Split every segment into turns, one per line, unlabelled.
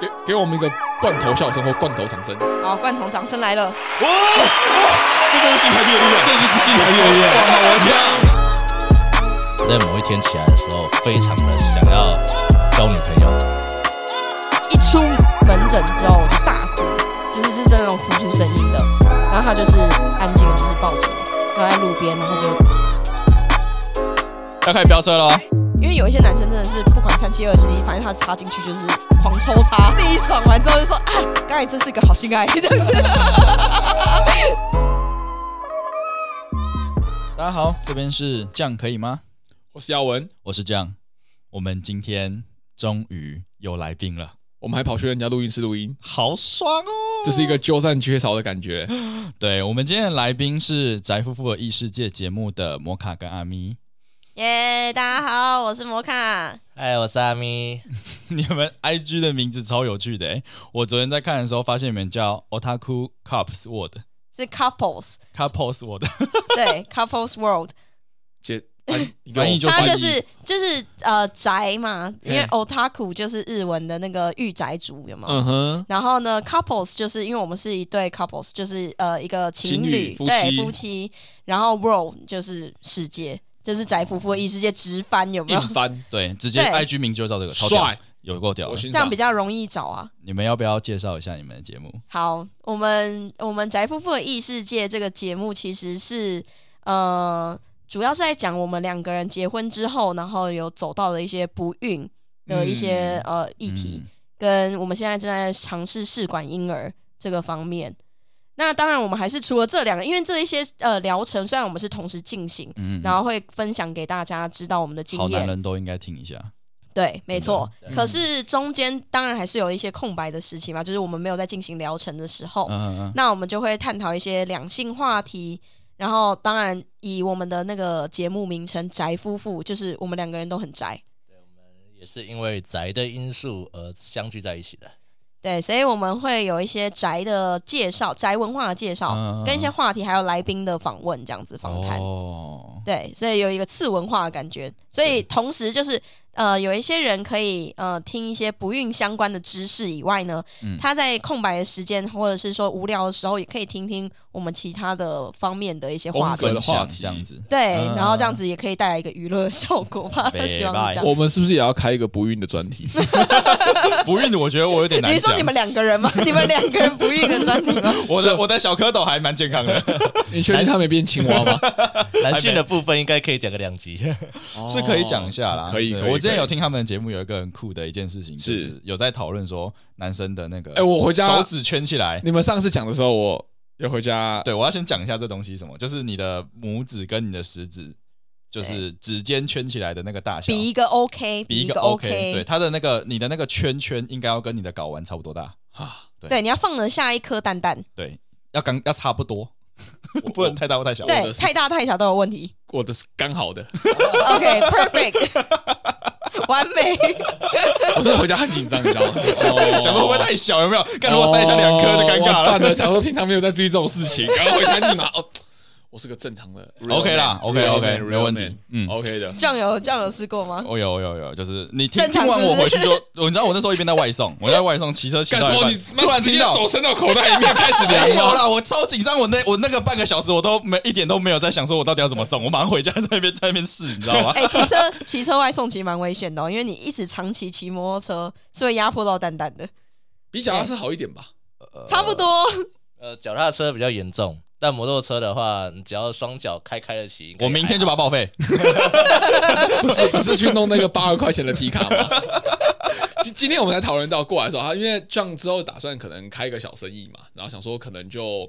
给给我们一个罐头笑声或罐头掌声，
好，罐头掌声来了。
哇，这就是新台币的力量，
这就是新来的爽啊！我的天！
在某一天起来的时候，非常的想要交女朋友，
一出门诊之后我就大哭，就是是真的那种哭出声音的。然后他就是安静的，就是抱着我，然后在路边，然后就
要开始飙车了哦。
因为有一些男生真的是不管三七二十一，反正他插进去就是狂抽插，自己爽完之后就说啊，刚才真是个好性爱这样子。
大家好，这边是酱，可以吗？
我是耀文，
我是酱，我们今天终于有来宾了，
我们还跑去人家录音室录音，
好爽哦！
这是一个鸠占鹊巢的感觉。
对我们今天的来宾是宅夫妇的异世界节目的摩卡跟阿咪，
耶大家好，我是摩卡。
嗨，我是阿咪，
你们 IG 的名字超有趣的诶，欸我昨天在看的时候发现你们叫 Otaku Couples World。
是 couples，
Couples World
对 couples world，
姐，翻啊你给我
翻译就
它
翻译
就是就是呃宅嘛，因为
嘿
otaku 就是日文的那个御宅族，有吗？
嗯哼，
然后呢，couples 就是因为我们是一对 couples，就是呃一个情
情侣
侣
夫
对
妻
夫妻，然后 world 就是世界，就是宅夫妇的异世界直翻有没 有
硬？翻，
对，直接
对
IG 名就叫这个，超
帅
屌，有够屌
我
的。
欣
这样
赏
比。较容易找啊。
你们要不要介绍一下你们的节目？
好，我们我们宅夫妇的异世界这个节目其实是呃主要是在讲我们两个人结婚之后，然后有走到的一些不孕的一些、呃议题。
嗯
跟我们现在正在尝试试管婴儿这个方面。那当然，我们还是除了这两个，因为这一些呃疗程虽然我们是同时进行，
嗯，
然后会分享给大家知道我们的经
好男
验，
人都应该听一下。
对，没错
真的。
嗯
可是中间当然还是有一些空白的时期嘛，就是我们没有在进行疗程的时候，
嗯嗯
那我们就会探讨一些两性话题。然后，当然以我们的那个节目名称“宅夫妇”，就是我们两个人都很宅，
也是因为宅的因素而相聚在 一起的。
对，所以我们会有一些宅的介绍、宅文化的介绍，
嗯嗯嗯
跟一些话题，还有来宾的访问这样子
嗯，
访谈。
哦，
对，所以有一个次文化的感觉。所以同时就是呃，有一些人可以呃听一些不孕相关的知识以外呢，
嗯
他在空白的时间或者是说无聊的时候，也可以听听我们其他的方面的一些话
风
题
格。
分
的
享
话题
这样子。
对，
嗯
然后这样子也可以带来一个娱乐的效果吧。
北
希望是这
拜
样。
我们是不是也要开一个不孕的专 题？
不孕的，我觉得 我有点难
你
讲。
是说你们两个人吗？ 你们两个人不孕的专 题吗？
我的我的小蝌蚪还蛮健康的，
你确定它没变青蛙 吗？
男性的部分应该可以讲个两集。
是可以讲一下啦。
哦可以
对
可以
我之前
可以
有听他们的节目，有一个很酷的一件事情，就是是有在讨论说男生的那个，
哎我回家
手指圈起来。
哦你们上次讲的时候，我有回家，
对，我要先讲一下这东西是什么，就是你的拇指跟你的食指，就是指尖圈起来的那个大小，
比一个 OK，
比一
一个
个 OK，对，它的那个你的那个圈圈应该要跟你的睾丸差不多大，对
对，你要放得下一颗蛋蛋，
对，要刚要差不多，
我
不能太大或太小。
的
对，
是
太大太小都有问 题。
我的是刚好的。
OK，perfect，完 美。
我真的回家很紧张，你知道 吗？哦
想说会不会太小？有没有？看如果塞下两颗就尴
哦
尬
完蛋
了。
了，想说平常没有在注意这种事 情，然后回家立马哦，我是个正常的 real
OK 啦
man，
，OK，
real
OK，
man，
没问
real
题
man，
嗯
，OK 的。
酱油酱油试过 吗？
我哦有有有，就是你听
正
听
常
完
是不
我
是
回去就，我你知道我那时候一边在外送，我在外送骑车骑
干
到
什
一
么？
半
你，
突
妈
然
直
听
接
到
手伸到口袋里面开始
没有
聊吗？
啦，我超紧张，我那我那个半个小时我都没一点都没有在想说我到底要怎么送，我马上回家 在那边在那边试，你知道吗？
哎、骑车骑车外送其实蛮危险的、哦，因为你一直长期骑摩托车是会压迫到蛋蛋的，
比脚踏车好一点吧？
差不多。
呃，脚踏车比较严重，但摩托车的话，你只要双脚开开得起，应该
我明天就把报废。
不是不是去弄那个八二块钱的皮卡吗？ 今今天我们才讨论到过来的时候，他因为这样之后打算可能开一个小生意嘛，然后想说可能就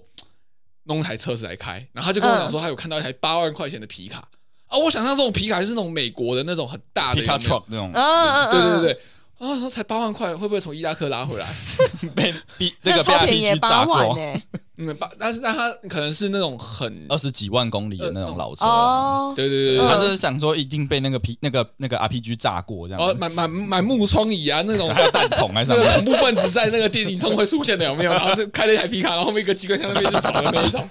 弄一台车子来开，然后他就跟我讲说他有看到一台八万块钱的皮卡啊，我想象这种皮卡就是那种美国的那种很大的
皮卡
有没有
truck 那种
嗯嗯嗯，
对对对对。啊，然后才八万块，会不会从伊拉克拉回来？
被 B 那
嗯那
个被
超
他
便宜耶，
去
八
炸
万
过
呢、，
嗯，八，但是但他可能是那种很，
二十几万公里的那种老车啊。
哦，
对对对对，
他
对
就是想说一定被那个皮那个那个 RPG 炸过这
哦，
样，
买买买木窗椅啊，那种
还有弹孔在
那
上
个
面。
恐怖分子在那个电影中会出现的有没有？然后就开了一台皮卡，然后后面一个机关枪那边就扫的那一种。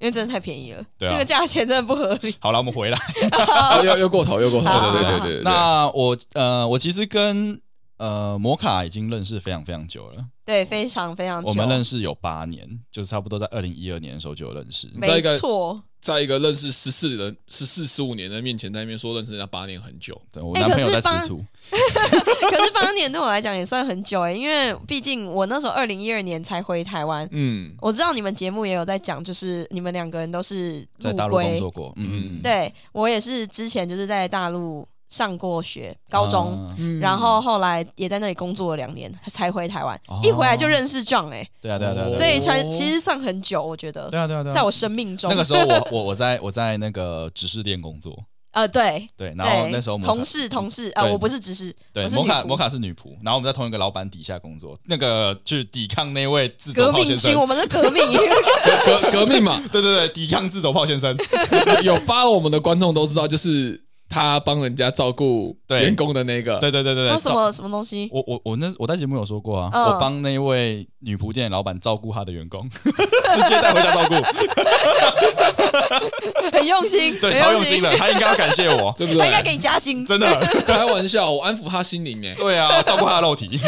因为真的太便宜了，
对啊
那个价钱真的不合理。
好了，我们回来。
啊哦，又又过头，又过头，
好
对对
好
对
好
对对对。
那我呃，我其实跟呃，摩卡已经认识非常非常久了，
对，非常非常久，
我们认识有八年，就是差不多在二零一二年的时候就有认识。
在
没
一个
错。
在一个认识十四人、十四十五年的面前，在那边说认识人家八年很久，
对我
哎
男
可
朋友
是
在
八
吃醋，
可是八年对我来讲也算很久哎、因为毕竟我那时候二零一二年才回台湾。
嗯，
我知道你们节目也有在讲，就是你们两个人都是
在
陆
大陆
归
工作过，嗯嗯，嗯，
对我也是之前就是在大陆上过学，高中，
啊
然后后来也在那里工作了两年，才回台湾。
哦
一回来就认识 John 哎、
对啊对啊对啊，对啊
所以
哦
传其实算很久，我觉得
对啊对啊对啊，
在我生命中
那个时候我我我在我在那个指示店工作，
呃对
对，然后
对，
那时候摩
同
卡
事同事呃
对
我不是只是
对
哦我是
摩
女
卡
仆
摩卡是女仆，然后我们在同一个老板底下工作，那个去抵抗那位自
革
走炮
命
先
军，我
生，
们是革命
革革革命嘛，
对对对，抵抗自走炮 先生，
有发我们的观众都知道，就是他帮人家照顾
对
员工的那个，
对对对 对
然后什
对，
么什么东西。
我我我那我在节目有说过啊，
嗯
我帮那位女仆店的老板照顾她的员工， 直接带回家照顾，
很用心，
对，
很
超用心的，他应该要感谢 我，
对不
他应该
对？
给你加薪。
真的，
开玩笑，我安抚他心灵哎、
对啊，照顾她的 肉体。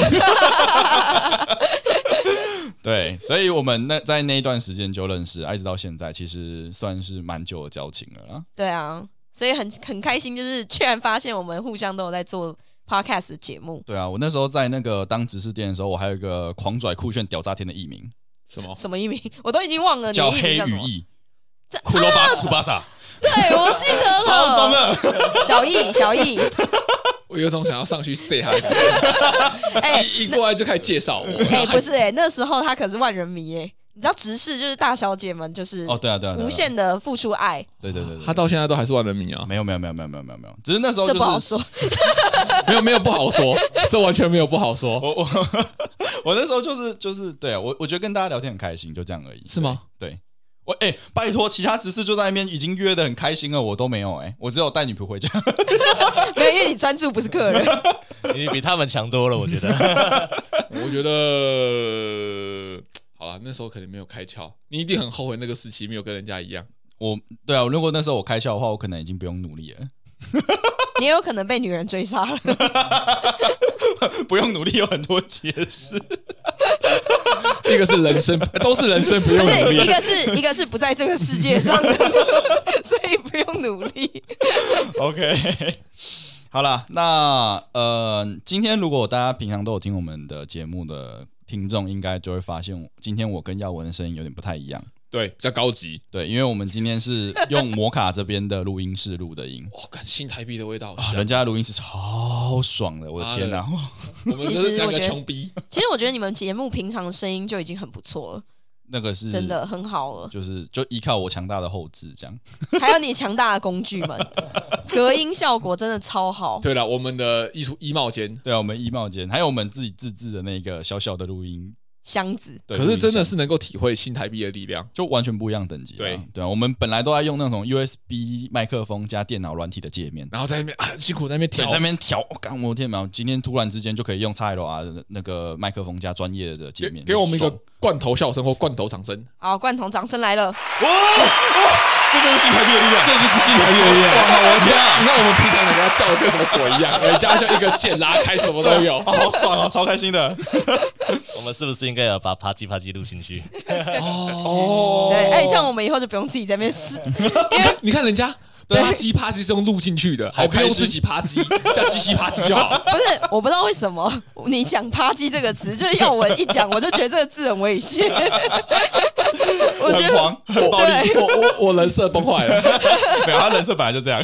对，所以我们那在那一段时间就认识，啊一直到现在，其实算是蛮久的交情了啦。
对啊，所以很很开心，就是居然发现我们互相都有在做 podcast 的节目，
对啊，我那时候在那个当执事店的时候，我还有一个狂拽酷炫屌炸天的艺名
什么？
什么艺名我都已经呃忘了你
哦叫
的艺
黑
名叫什
羽
么。
翼
这，哦
骷髅巴楚 巴萨，
对，我记得了，
超中
嗯
二，
小易，小易，
我有种想要上去 say 他的感觉，
哎
一一过来就开始介绍我，
哎，不是哎、那时候他可是万人迷哎、你知道直视就是大小姐们就是
哦，对啊，对啊，对啊
无，限的付出爱，
对对对对，
他到现在都还是万人迷啊，
没有没有没有没有没有没有没有，只是那时候
这
就
不好
是
说。
没有没有不好说，这完全没有不好说，
我我 我那时候就是就是对啊，我我觉得跟大家聊天很开心，就这样而已。
是吗？
对，我哎、拜托，其他执事就在那边已经约的很开心了，我都没有哎、我只有带女仆回家。
没有，因为你专注不是客人。
你比他们强多了，我觉得。
我觉得。好了，那时候肯定没有开窍，你一定很后悔那个时期没有跟人家一样。
我对啊，如果那时候我开窍的话，我可能已经不用努力了，
你也有可能被女人追杀了。
不用努力有很多解释。
一个是人生， 都是人生不用
不
努
是，一
力。
个是一个是不在这个世界上的， 所以不用努力。
OK，好 啦，那呃，今天如果大家平常都有听我们的节目的听众，应该就会发现，今天我跟耀文的声音有点不太一样。
对，比较高级。
对，因为我们今天是用摩卡这边的录音室录的 音。
哦，看新台币的味道，
啊，
香
人家的录音是超爽的，我的天哪！
我们就是两个穷逼，
其实我觉得你们节目平常声音就已经很不错了，
那个是
真，的很好了。
就是就依靠我强大的后置这样。
还有你强大的工具们， 隔音效果真的超好。
对了，我们的艺术衣帽间，
对啊，我们衣帽间还有我们自己自制的那个小小的录音，
箱子，
对
可是真的。
录音箱
是能够体会新台币的力量。
就完全不一样等级、啊，
对
对啊，我们本来都在用那种 USB 麦克风加电脑软体的界面，
然后在那边啊，辛苦在那边
对，
调
在，那边调，我、干我的天哪！今天突然之间就可以用 XLR 的那个麦克风加专业的界
给
面，
给我们一个
爽
罐头笑声或罐头掌声，
好，罐头掌声来了，
这就是新台币的力量，
这就是 新哎台币的力
爽
量。
啊！我的天啊
你！看我们平常人家叫的跟什么鬼一样，人哎家就一个键拉开，什么都有
哦。好爽啊，超开心的。
我们是不是应该要把啪叽啪叽录进去？
哦
哦
对，哎、这样我们以后就不用自己在那边 试，
你看你看人家。啪叽啪叽是用录进去的，还不用
开心
自己啪叽，叫机器啪叽就好。
不是，我不知道为什么你讲“啪叽”这个词，就是要我一讲，我就觉得这个字很猥亵。 我觉
很
得
狂，很暴力，
对
我我我人设崩坏了。
没有，他人设本来就这样。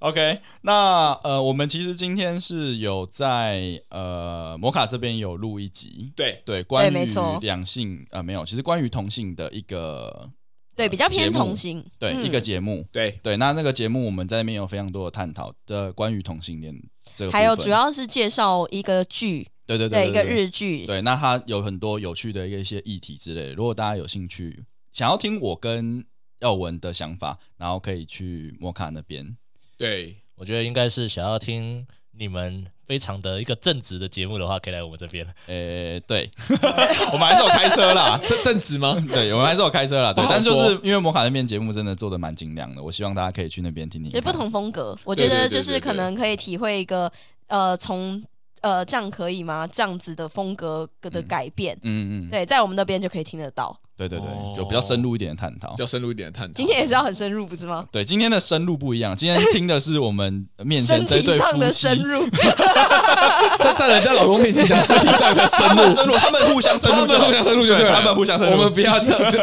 OK，那呃，我们其实今天是有在呃摩卡这边有录一集，
对，
对，关
没错
于两性呃没有，其实关于同性的一个
对比较偏
节目
同性，
对、
嗯
一个节目，
对，
对，那那个节目我们在那边有非常多的探讨的关于同性恋这个部分，
还有主要是介绍一个剧，
对对
对
对
一个
对
日剧，
对，那它有很多有趣的一个一些议题之类的。如果大家有兴趣，想要听我跟耀文的想法，然后可以去摩卡那边。
对，
我觉得应该是想要听你们非常的一个正直的节目的话，可以来我们这边。
诶、对， 我们还是有开车啦。
这正直吗？
对，我们还是有开车啦。对，
不好
但就
说
是因为摩卡那边节目真的做的蛮精良的，我希望大家可以去那边听听
就是
看。
不同风格。我
对
觉
对对
得就
对
是
对
可能可以体会一个呃，从呃这样可以吗？这样子的风格的改变，
嗯嗯，
对，在我们那边就可以听得到。
对对
哦
对，就比较深入一点的探讨
比。较深入一点的探讨。
今天也是要很深入，不是吗？
对，今天的深入不一样，今天听的是我们面前
身
这
体
对
上的
夫
深
妻。
入，
在在人家老公面前讲身体上的深
他
入
们，深入， 他们互相 深
他
入
们
就好
互相深入就
对
了，
他们互相深入
我们不要这样就。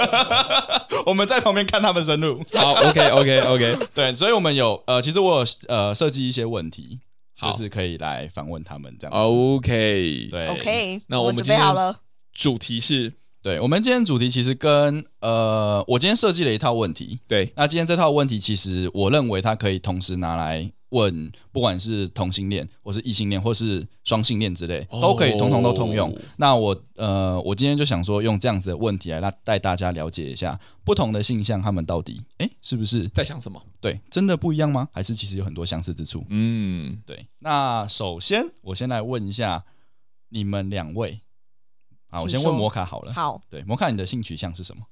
我们在旁边看他们深入。
好，OK OK OK，
对，所以我们有呃，其实我有呃设计一些问题，
好
就是可以来访问他们这样。
OK，
对
哦 OK，
那我
我
们
准
今
备
天
好了。
主题是
对，我们今天主题其实跟呃，我今天设计了一套问题。
对
那今天这套问题，其实我认为它可以同时拿来问，不管是同性恋，或是异性恋，或是双性恋之类，
哦
都可以通通都通用。那我呃，我今天就想说，用这样子的问题来让带大家了解一下不同的性向，他们到底诶是不是
在想什么？
对真的不一样吗？还是其实有很多相似之处？
嗯，
对，那首先我先来问一下你们两位啊，我
请
先
说
问摩卡好了。
好，
对，摩卡，你的性取向是什么？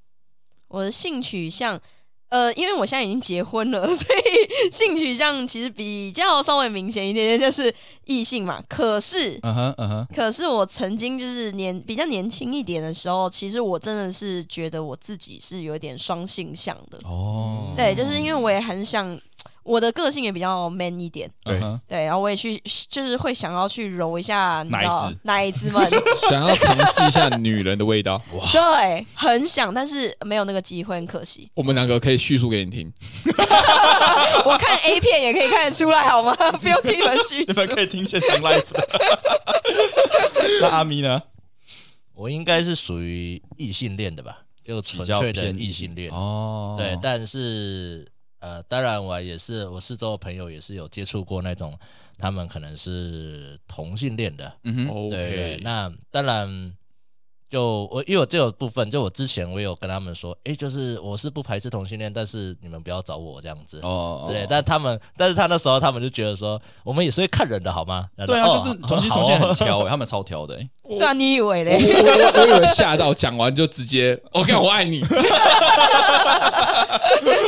我的性取向，呃，因为我现在已经结婚了， 所以性取向其实比较稍微明显一点点，就是异性嘛。可是，
嗯哼，嗯哼，
可是我曾经就是年比较年轻一点的时候，其实我真的是觉得我自己是有点双性向的。
哦，
对，就是因为我也很想，我的个性也比较 man 一点，
对，
对，然后我也去就是会想要去揉一下你知道
奶子
奶子们，
想要尝试一下女人的味 道，
对，很想，但是没有那个机会，很可惜。
我们两个可以叙述给你听。
我看 A 片也可以看得出来，好吗？ 不用听你们叙
你们
述。
可以听现场 live 的。那阿咪呢？
我应该是属于异性恋的吧，就纯
比较
粹的
偏
异性恋。
哦
对，但是呃，当然我也是，我四周的朋友也是有接触过那种，他们可能是同性恋的。
嗯哼，
OK，
对对，那当然。就我，因为我这有部分，就我之前我有跟他们说，诶，就是我是不排斥同性恋，但是你们不要找我这样子。
哦
之类，但他们，但是他那时候他们就觉得说，我们也是会看人的好吗？
对啊，
哦
就是同性
好
同性很
哦
挑欸，他们超挑的欸。
对啊，你以为
我
嘞？
我我我以为吓到，讲完就直 接，我、干我爱你，啊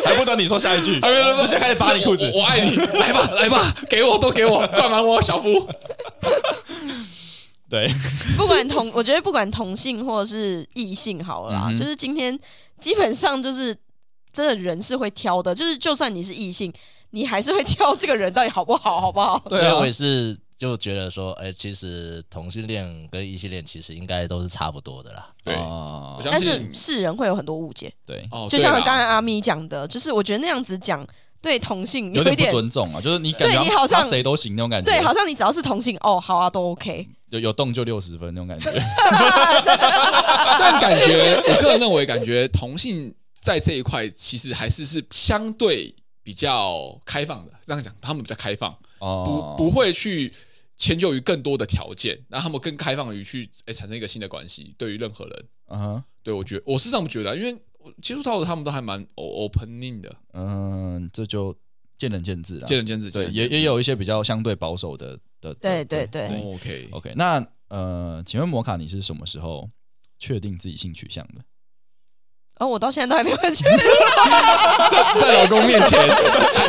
还不等你说下一 句，
还没有
直接开始扒你裤子
是我我爱你，来吧来吧，给我都给我，灌满我小夫。
对，
不管同，我觉得不管同性或者是异性好了啦，
嗯哼
就是今天基本上就是真的人是会挑的，就是就算你是异性，你还是会挑这个人到底好不好，好不好？
对
所以
啊
我也是就觉得说，哎、其实同性恋跟异性恋其实应该都是差不多的啦。
对
哦
我相
但
信
是世人会有很多误解，
对，
哦，
就像
对啦
刚才阿咪讲的，就是我觉得那样子讲对同性
有
一
点不
点。
尊重啊，就是你感
对
觉
你好像
他谁都行那种感觉，
对，好像你只要是同性，哦，好啊，都 OK。
有有动就六十分那种感觉。
但感觉，我个人认为，感觉同性在这一块其实还是是相对比较开放的。这样讲，他们比较开放，
哦
不，不会去迁就于更多的条件，让他们更开放于去诶、产生一个新的关系。对于任何人，
嗯哼，
对我觉得我是这么觉得啊，因为我接触到的他们都还蛮 o- opening 的，
嗯，这就见仁见智了。
见仁见智。哦
对，
见
也
仁见
也有一些比较相对保守的的。
对
的
对对，
智 OK，
OK，那呃，请问摩卡，你是什么时候确定自己性取向的？
哦，我到现在都还没有去。
在老公面前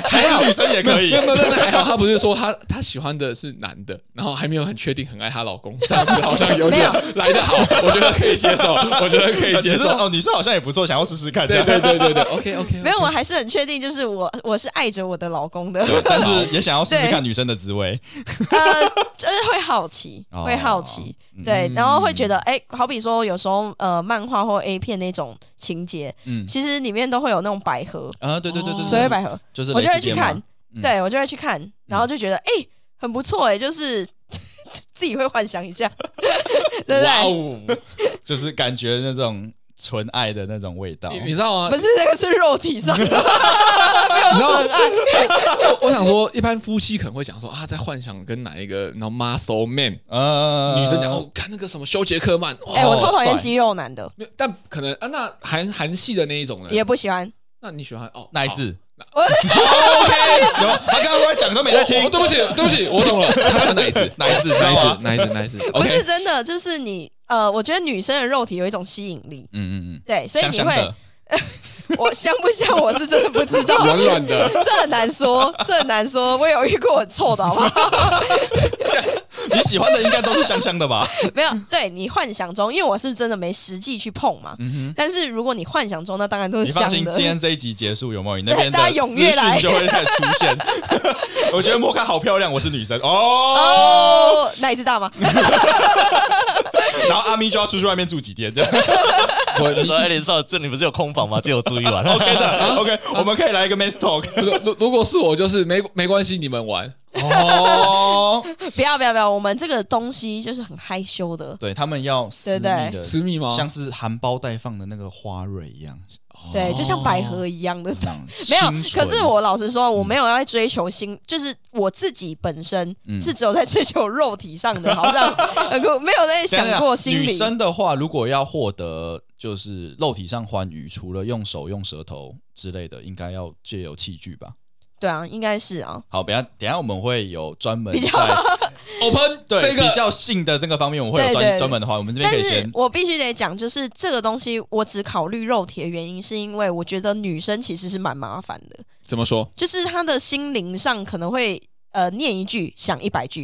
还好。
女生也
没有没有，没有还好，她不是说她她喜欢的是男的，然后还没有很确定很爱她老公，这样子好像有
没
点
有
来得好，我觉得可以接受，我觉得可以
也
接
是
受。
哦，女生好像也不错，想要试试看。
对对，对对对，OK OK，
没有，我还是很确定，就是我我是爱着我的老公 的，
但是也想要试试看女生的滋味。
呃，就是会好奇，
哦
会好奇，
嗯
对，然后会觉得，哎、好比说有时候呃，漫画或 A 片那种情节，
嗯
其实里面都会有那种百合，
啊，对对对对
哦
对，
所谓百合，
就是
我就会
蕾丝
去
边嘛
看，，
嗯
对我就会去看，然后就觉得，哎、很不错，哎，就是 自己会幻想一下， 对不
哇
对？
哦，
就是感觉那种纯爱的那种味道
你。你知道吗？
不是那个是肉体上 的，
然后 我我想说，一般夫妻可能会讲说啊，在幻想跟哪一个，然后 muscle man
呃
女生讲哦，看那个什么修杰克曼，哇
哎、我超讨厌
哦帅
肌肉男的，
没有但可能啊，那韩韩系的那一
嗯
种呢？
也不喜欢。
那你喜欢哦
那一次
我
哦有，他刚刚我讲都没在听
我哦我，对不起，对不起，我懂了，他喜欢哪一 次？
哪一次知
哪
道
一
吗
次？？哪一次？哪一次
不是
？OK，
真的，就是你呃，我觉得女生的肉体有一种吸引力，
嗯嗯嗯，
对，所以
香
你
香
会
的，
我像不像我是真的不知 道，
软 软的，
这很难说，这很难说。我有遇过很臭的好不好？
你喜欢的应该都是香香的吧？
没有，对你幻想中，因为我是真的没实际去碰嘛。
嗯
但是如果你幻想中，那当然都
哼，
是
你放
香
心，
的。
今天这一集结束有没有？你那边的
大
资
家踊跃来
讯就会开始出 现。我觉得摩卡好漂亮，我是女生哦。
哦，那你知道吗？
然后阿咪就要出去外面住几 天，这样
我
我说：“哎，林少，这里不是有空房吗？借我住一 晚。
OK 的，OK，我们可以来一个 Mass Talk
如如如果是我，就是没没关系，你们玩。
哦。
不要不要不要，我们这个东西就是很害羞的。
对他们要私密
对
的，
私密吗？
像是含苞待放的那个花蕊一样，
对，就像百合一样的。
这样
没有，
哦清
可
纯
是我老实说，我没有要追求心，就是我自己本身
嗯
是只有在追求肉体上的，好像 能够没有在
等一下
想过心
女
理。
生的话，如果要获得就是肉体上欢愉，除了用手、用舌头之类的，应该要借由器具吧。
对啊，应该是啊。
好，等一下等一下我们会有专门
比较
在
open
对、
这
比
个
较性的这个方面，我们会
对
有专
对
专门的话，我们这边
但
可以
是
先
我必须得讲，就是这个东西，我只考虑肉体的原因，是因为我觉得女生其实是蛮麻烦的，
怎么说？
就是她的心灵上可能会呃念一句想一百句，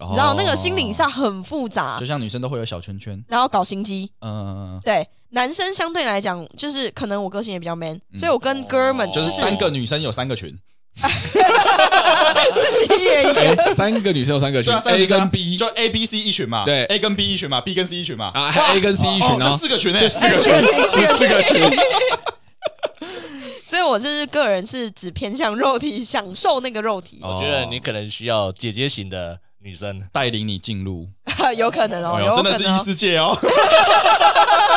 你知道那个心灵上很复
哦，
杂
就，像女生都会有小圈圈，
然后搞心机。
嗯、
对，男生相对来讲，就是可能我个性也比较 man，、所以我跟哥们
哦就是
是
三个女生有三个群，
自己一人一
哎
个。，
三个女生有三个群
对啊，三个
，A
女生啊
跟 B
就 A、B、C 一群嘛，
对
，A 跟 B 一群嘛，B 跟 C 一群嘛，
啊，还有 A 跟 C 一群
哦，就
啊。
四个群诶，四个
四个群四个群
四个群，
所以我就是个人是只偏向肉体，享受那个肉体，
哦
我觉得你可能需要姐姐型的女生。
带领你进入，
有可能哦，
哎
有
呦，
可
真
能
的是异
哦。
世界 哦，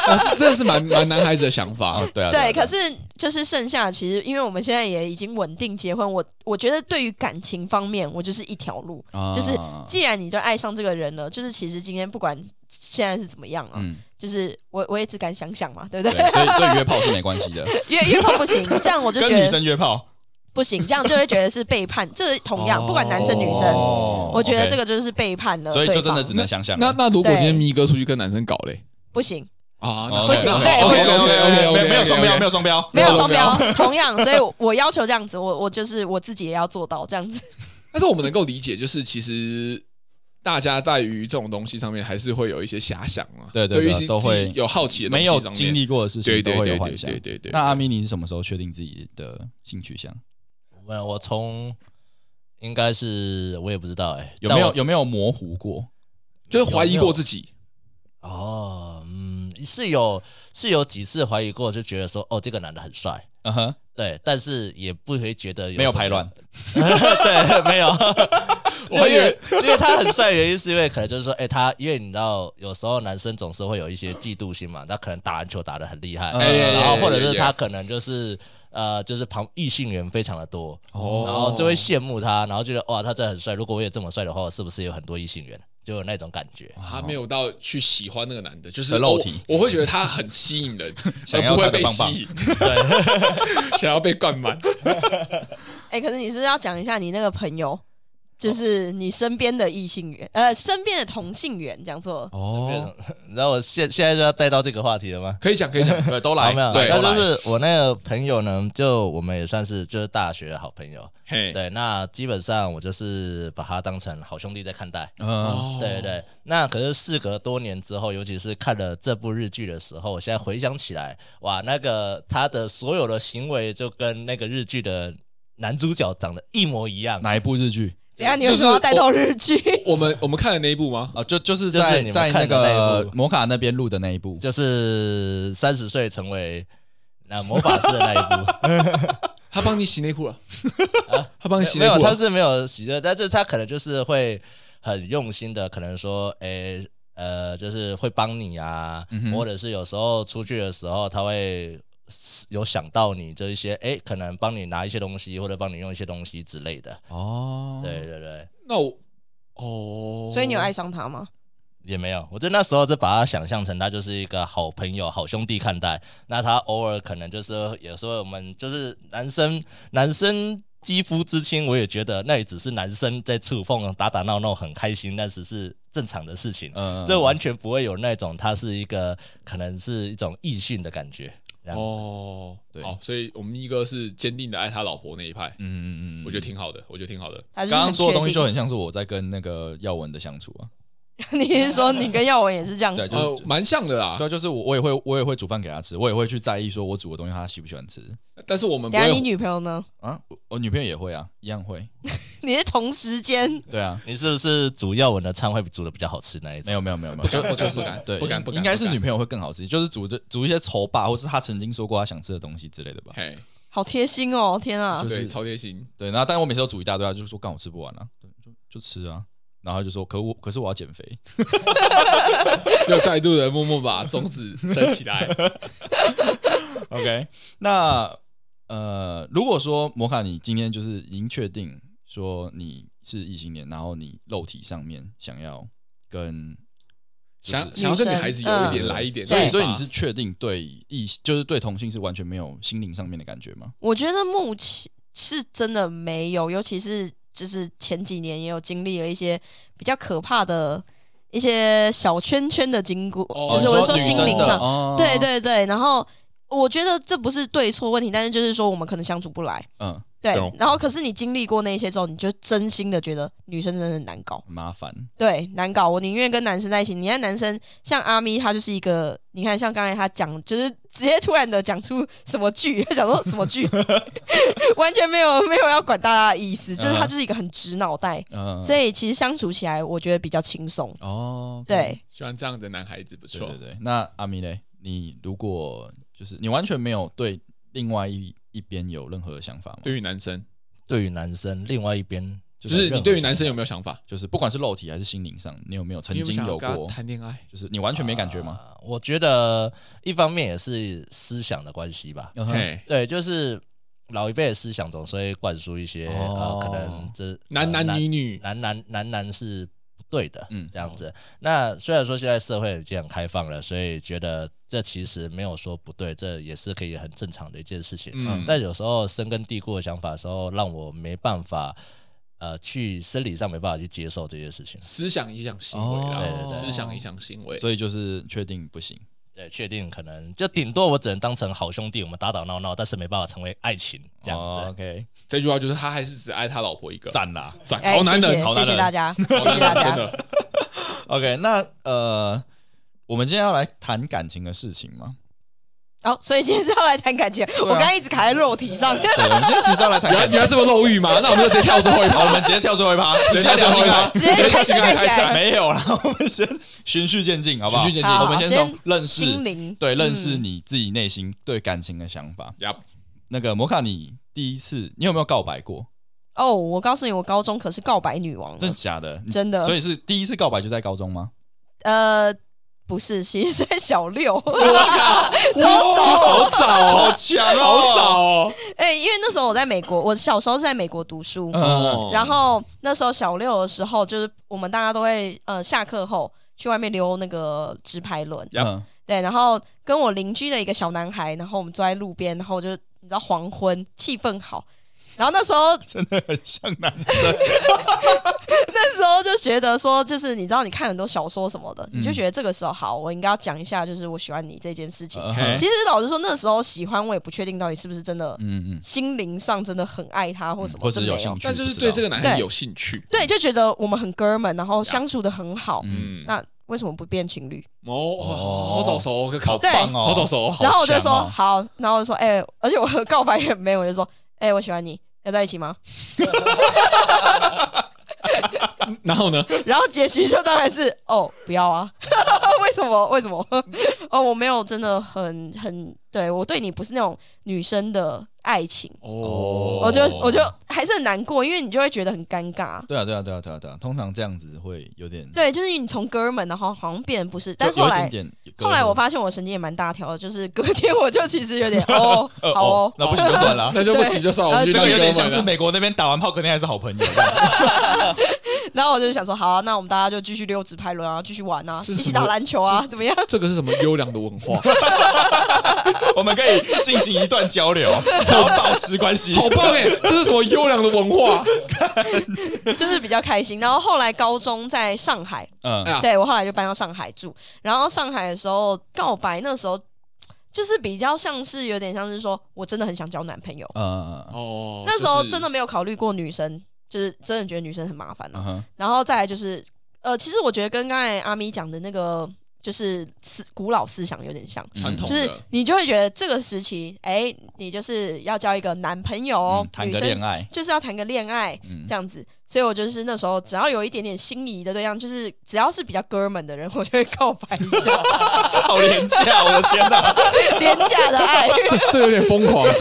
啊是真的是蛮蛮男孩子的想法
哦，。对啊，
对，
啊
可是就是剩下，其实因为我们现在也已经稳定结婚，我我觉得对于感情方面，我就是一条路，
啊
就是既然你就爱上这个人了，就是其实今天不管现在是怎么样啊，
嗯，
就是我我也只敢想想嘛，对不
对
对？，
所以所以约炮是没关系的，
约约炮不行，这样我就
跟
觉
女
得
生约炮
不行，这样就会觉得是背叛。这同样，不管男生女生，
哦
我觉得
OK
这个就是背叛了对方。
所以就真的只能想想
那
了。
那如果今天
对
咪哥出去跟男生搞嘞
不行，
啊
哦
不行
，OK，
这也不行
OK OK，
没有双标，没有双标，
没有
没有
双标
双，
同样，所以我我要求这样子，我我就是我自己也要做到这样子。
但是我们能够理解，就是其实大家在于这种东西上面，还是会有一些遐想嘛。
对对
对
对
于一些
都会
自己有好奇的东
没
西
有
上面
经，历过的事
对
情都
对
会
对
有
对
幻想
对。对对。
那阿咪，你是什么时候确定自己的性取向？
我我从应该是我也不知道哎，
有没有
但我
有没有模糊过？
就是怀疑过自己，
哦，嗯，是有是有几次怀疑过，就觉得说哦，这个男的很帅，
嗯哼，
对，但是也不会觉得有
没有
什么
排卵，
对，没 有。
我还以为
因为因为他很帅，原因是因为可能就是说，哎、他因为你知道，有时候男生总是会有一些嫉妒心嘛，他可能打篮球打得很厉害，
哎哎哎
然后或者
哎哎
是
哎
他可能就是呃，就是旁异性缘非常的多，
哦
然后就会羡慕他，然后觉得哇，他真的很帅，如果我也这么帅的话，我是不是有很多异性缘？就有那种感觉。
他没有到去喜欢那个男的，就是
的肉体
我，我会觉得他很吸引人，
想
而
要
不
他
会
的
被
棒棒
吸 引， 想要被灌满。
哎、可是你是不是要讲一下你那个朋友，
哦
就是你身边的异性缘，呃，身边的同性缘，讲错。
哦，
然后我现现在就要带到这个话题了吗？
可以讲，可以讲，
对，都来，
好没有，
对，
那
都来
就。是我那个朋友呢，就我们也算是就是大学的好朋友，
嘿，
对，那基本上我就是把他当成好兄弟在看待。
嗯，
哦
对对对，那可是事隔多年之后，尤其是看了这部日剧的时候，我现在回想起来，哇，那个他的所有的行为就跟那个日剧的男主角长得一模一样。
哪一部日剧
等一下你有什么要带到日 剧？
我们我们看的那一部吗？
啊？就就是
就是
在
你们
在那
看的那一
个
部
摩卡那边录的那一部，
就是三十岁成为那魔法师的那一部，
他帮你洗内裤了，他帮你 洗
没
内裤
有，
了，
他是没有喜乐，但是他可能就是会很用心的，可能说，诶、呃，就是会帮你啊，
嗯
或者是有时候出去的时候，他会有想到你这一些，诶、可能帮你拿一些东西，或者帮你用一些东西之类的。
哦，
对对对，
那我哦，
所以你有爱上他吗？
也没有，我就那时候就把他想象成他就是一个好朋友、好兄弟看待。那他偶尔可能就是有时候我们就是男生，男生肌肤之亲，我也觉得那也只是男生在触碰、打打闹闹很开心，那只是正常的事情。
嗯，
这完全不会有那种他是一个可能是一种异性的感觉。
啊
这样
哦，
对
好，所以我们一哥是坚定的爱他老婆那一派，
嗯嗯嗯嗯，
我觉得挺好的，我觉得挺好的。
还是
刚刚
很
说的东西
确定
就很像是我在跟那个耀文的相处啊，
你是说你跟耀文也是这样？
对，就
呃
是，。
蛮像的啦。
啊对，就是我，我也会，我也会煮饭给他吃，我也会去在意说我煮的东西他喜不喜欢吃
但是我们不
等下你
会，
女朋友呢？
啊。我我女朋友也会啊，一样会。
你是同时间
对啊，
你是不是煮耀文的餐会煮的比较好吃那一
没
种？
有没有没有没有，
不敢
就
不敢不敢
对，
不敢不敢
应该
不
是
敢
女朋友会更好吃，就是煮的煮一些丑霸，或是他曾经说过他想吃的东西之类的吧。
嘿，
好贴心哦！天啊，
就是
对，超贴心。
对，然后但我每次都煮一大堆啊，就是说干我吃不完啊，就就就吃啊，然后就说可我可是我要减 肥，
又再度的默默把中指伸起 来。
OK，那呃，如果说摩卡你今天就是已经确定说你是异性恋，然后你肉体上面想要跟，
想想要跟女孩子有一点
嗯
来一点，
所以
对
所以你是确定对异就是对同性是完全没有心灵上面的感觉吗？
我觉得目前是真的没有，尤其是就是前几年也有经历了一些比较可怕的一些小圈圈的经过，
哦
就是
你
我
说
是
女
心
生
灵
的
上，
哦
对，对对。然后我觉得这不是对错问题，但是就是说我们可能相处不来。
嗯，
对
懂，
然后可是你经历过那一些之后，你就真心的觉得女生真的很难搞，
很麻烦，
对，难搞。我宁愿跟男生在一起。你看男生像阿咪，他就是一个，你看像刚才他讲，就是直接突然的讲出什么剧， 他想说什么剧，完全没有没有要管大家的意思，就是他就是一个很直脑袋，
嗯，
所
以
以其实相处起来我觉得比较轻松。
哦，
对，
喜欢这样的男孩子不
对
错
对。对，那阿米嘞，你如果就是你完全没有对另外一一边有任何的想法吗？
对于男生，
对于男生，另外一边
就
就是你对于男生有
没
没有想法？
就是不管是肉体还是心灵上，你有没有曾
你有没有
经
想要
有
跟
过
他？谈恋爱？
就是你完全没感觉吗？
啊我觉得一方面也是思想的关系吧。
嗯哼
嘿，
对，就是老一辈的思想总是会灌输一些、
哦
呃，可能这
男
呃
男女女，
男男男男是不对的，
嗯
嗯，这样子。那虽然说现在社会已经很开放了，所以觉得这其实没有说不对，这也是可以很正常的一件事情。
嗯，
但有时候深根蒂固的想法的时候，让我没办法，呃，去生理上没办法去接受这些事情。
思想影响行为
哦对
啦，
对对
思想影响行为。
所以就是确定不行。
对，确定可能就顶多我只能当成好兄弟，我们打打闹闹，但是没办法成为爱情这样子。
哦 OK，
这句话就是他还是只爱他老婆一个，
赞啦。
赞，
哎、
嗯好男
谢
人，
谢
好
谢
男
谢
人，
大家，谢谢大
真
家。
的。
OK，那呃，我们今天要来谈感情的事情吗？
哦，所以今天是要来谈感情，我刚刚一直卡在肉体上。
啊对，啊我们今天其实要来谈
你要啊
感
你
情
要。这么露欲吗？那我们就直接跳最后一
好，我
趴，
们 直接跳最后一趴，
直接
跳
跳最后一
趴哎
趴，
直接开始
开
开始
始。
没有啦，我们先循序渐进，好不好？
循序渐进
好
我们先从
先
认
心
识，
灵
对，认识
嗯
你自己内心对感情的想法。
呀，
那个摩卡，你第一次你有没有告白过？
哦，我告诉你，我高中可是告白女王
真
了
的，假的？你
真的。
所以是第一次告白就在高中吗？
呃，不是，其实是在小 六。
好早哦，好强哦，
好早哦。
哎、因为那时候我在美国，我小时候是在美国读书，
嗯
然后那时候小六的时候，就是我们大家都会呃下课后去外面溜那个直排轮，
嗯
对，然后跟我邻居的一个小男孩，然后我们坐在路边，然后就你知道黄昏气氛好，然后那时候
真的很像男生。
那时候就觉得说，就是你知道你看很多小说什么的，
嗯
你就觉得这个时候好，我应该要讲一下，就是我喜欢你这件事情。
呃
嗯
其实老实说，那时候喜欢我也不确定到底是不是真的
嗯嗯，
心灵上真的很爱他或什么，
或是
真没
有兴趣
但就是对这个男孩子有兴趣。
对，就觉得我们很哥们，然后相处的很好。
嗯，
那为什么不变情侣？
哦，好好好早熟哦，可
好
考
对
棒哦，
好早熟哦。
然后我就
强
说
哦
好，然后我就说哎、而且我和告白也没有，我就说哎、我喜欢你，要在一起吗？
然后呢？
然后结局就当然是哦，不要啊！ 为什么？为什么？ 哦，我没有真的很很对我对你不是那种女生的爱情，
哦
我就我就还是很难过，因为你就会觉得很尴尬。
对啊对啊对啊对啊对啊，通常这样子会有点，
对，就是你从哥们，然后好像变得不是，但
就有
后
一
来
点点隔阂。
后来我发现我神经也蛮大条的，就是隔天我就其实有 点哦，
呃
好
哦
哦，，
那不行就算了啊。
那就不行，就算我们
对
就
这
当
个有
哥
点像
们
是
了。
美国那边打完炮，肯定还是好朋友。这样
然后我就想说好啊、那我们大家就继续溜直排轮啊，继续玩啊，
这
一
是
起
什
打
么
篮球啊，怎么样？
这个是什么优良的文化？
我们可以进行一段 交流，然后保持关系。
好棒哎！这是什么优良的文化？
就是比较开心。然后后来高中在上海，
哎
嗯，
呀，
对我后来就搬到上海住，然后上海的时候告白那时候就是比较像是有点像是说我真的很想交男朋友，
呃，
哦，
那时候
就是
真的没有考虑过女生，就是真的觉得女生很麻烦、
嗯
啊、
哼
然后再来就是呃，其实我觉得跟刚才阿咪讲的那个就是思古老思想有点像，
嗯
传统
就是
的，
你就会觉得这个时期，哎、你就是要交一个男朋友哦、
嗯谈
女
个
生
恋爱，
就是要谈个恋爱
嗯
这，样子。所以我就是那时候只要有一点点心仪的对象，就是只要是比较哥们的人，我就会告白一下
好廉价，我的天哪！
廉价的爱，
这这有点疯 狂。啊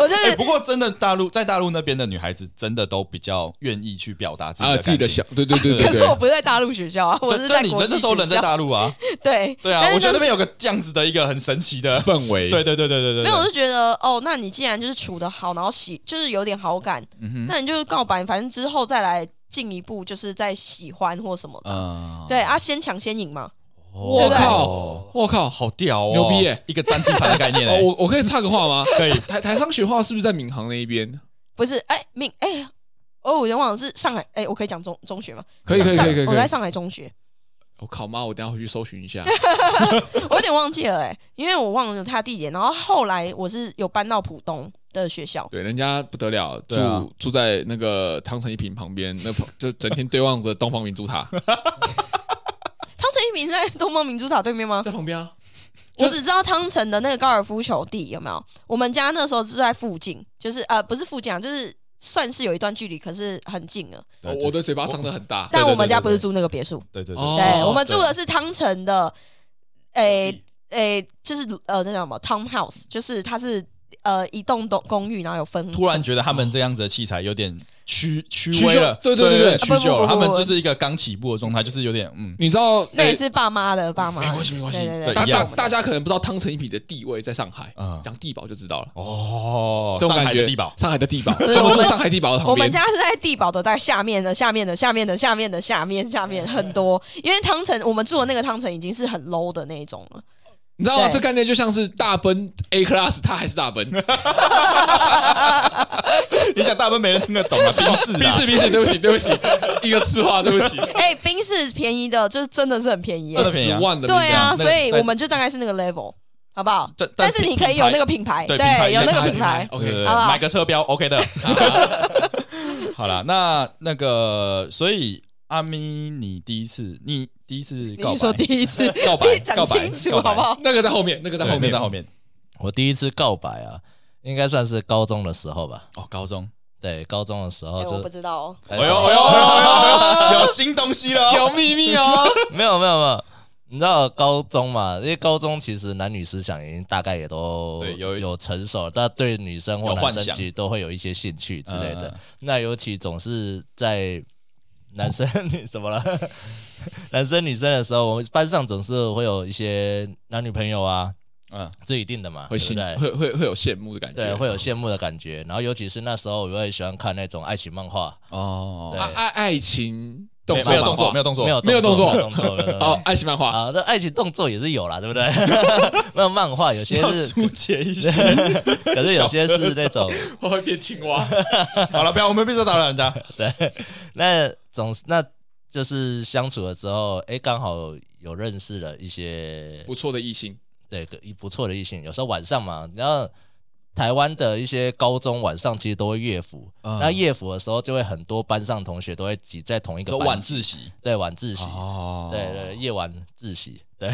我 就是
哎，不过真的大陆在大陆那边的女孩子真的都比较愿意去表达自己
啊，
的
自己的
感情
想，对对对对
可是我
对，
不是在大陆学校啊，我是
对
在
对你
国
们
际
那时候人
学
在
校
大陆啊，
对
对啊
但，是
我
就
觉得那边有个这样子的一个很神奇的，
氛围，
对对对对对对，
没有，我就觉得哦，那你既然就是处的好，然后喜就是有点好感，
嗯哼，
那你就告白，反正之后再来进一步，就是再喜欢或什么的。
嗯，
对啊，先抢先赢嘛。
我
对
靠，我靠，
好屌哦，
牛逼耶
一个占地盘的概 念
哦，
哎，
我哦我可以插个话吗？
可以，
台台商学话是不是在闵行那一边？
不是，哎、明哎、哦，我有点忘了是上海，哎、我可以讲中中学吗？
可以可以
上
可以可以。
我在
可以
上海中学，
我靠妈，我等一下回去搜寻一 下。
我有点忘记了、哎，因为我忘了他地点。然后后来我是有搬到浦东的学校，
对，人家不得了，住、
对啊
住在那个汤臣一品旁边，那 旁就整天对望着东方明珠塔，
汤臣一品是在东方明珠塔对面 吗？
在旁边 啊。就
我只知道汤臣的那个高尔夫球地有没有？我们家那时候就在附近，就是呃，不是附近啊，就是算是有一段距离，可是很近了。
对
哦
就
我的嘴巴张得很大，
但
对
我们家
对对
不是住那个别墅，
对对
哦
对，
对，我们
对
住的是汤臣的，诶诶，就是呃，那叫什么 Tom House，就是它是呃一栋栋公寓，然后有分。
突然觉得他们这样子的器材有点屈屈
屈
威
就
了，
对对
对
对对
屈就
啊
了，
不
他
不不不
们就是一个刚起步的状态，就是有点嗯，
你知道哎
那
诶
也是爸妈的爸妈的，
没关系没关系
对对
对
对，
大
一
家
样
大家可能不知道汤臣一品的地位在上海，
嗯
讲地堡就知道了。
哦，
这种
上
感
海
觉，
的 地堡，
上海的地堡，
是
他
我
们住
们
上海地堡的旁边。
我们家是在地堡的在下面的下面的下面的下面的下面 下面很多，因为汤臣我们住的那个汤臣已经是很 low 的那一种 了。
你知道吗？
对
这概念就像是大奔 A class，它还是大奔。B
你想大部分没人听得懂啊，冰 室啊，
四 B 四，对不起对不 起，一个字话，对不起，
哎、冰室便宜的，就是真的是很便宜
二
真
欸，
的便宜
十
啊
万的
对啊，
那个
所以
在
我们就大概是那个 level，好不好？
但
但是你可以有那个品牌，
对品牌
有那
名
个
牌
品牌。
对对
OK，
对
好不好
买个车标 OK 的。 好了，那那个，所以阿咪，你第一次，你第一次告
你说
白，
第一次，
告 白，
讲
告白
清，楚
告白
好不？好？
那个在后面，那个在
对
后面
那在，后面
我第一次告白啊，应该算是高中的时候吧。
哦，高中，
对，高中的时候
哎，我
就
不知道哦。
哎呦哎
哎什
呦
么
哎呦哎呦，有新东西了哦，
有秘密 哦。
没有没有没有，你知道高中嘛？因为高中其实男女思想已经大概也都
对有
有成熟，但对女生或
有
男
幻
生
想
其实都会有一些兴趣之类的。
嗯
那尤其总是在男生 你怎么了？男生女生的时候，我们班上总是会有一些男女朋友啊，
嗯，
这一定的嘛，
会
对不
心
对？
会会会有羡慕的感觉，啊
对，会有羡慕的感觉。然后尤其是那时候，我会喜欢看那种爱情漫画，
哦
对，
啊爱爱爱情动
没
作
没有动作，
有
没有动作，
没有
没有动作
没有动作，没有 动作
哦，爱情漫画
啊，那爱情动作也是有啦，对不对？没有漫画有些
要
是，
疏解一些。
可是有些是那种，
我会变青 蛙，
好了，不要，我们必须打扰人家。
那总那就是相处了之后，哎，刚好有认识了一些
不错的异性，
对个不错的异性，有时候晚上嘛，然后台湾的一些高中晚上其实都会夜辅，
嗯
那夜辅的时候就会很多班上同学都会挤在同一个
有
班
晚
级
自习
对晚自习，
哦
对对，夜晚自习， 对，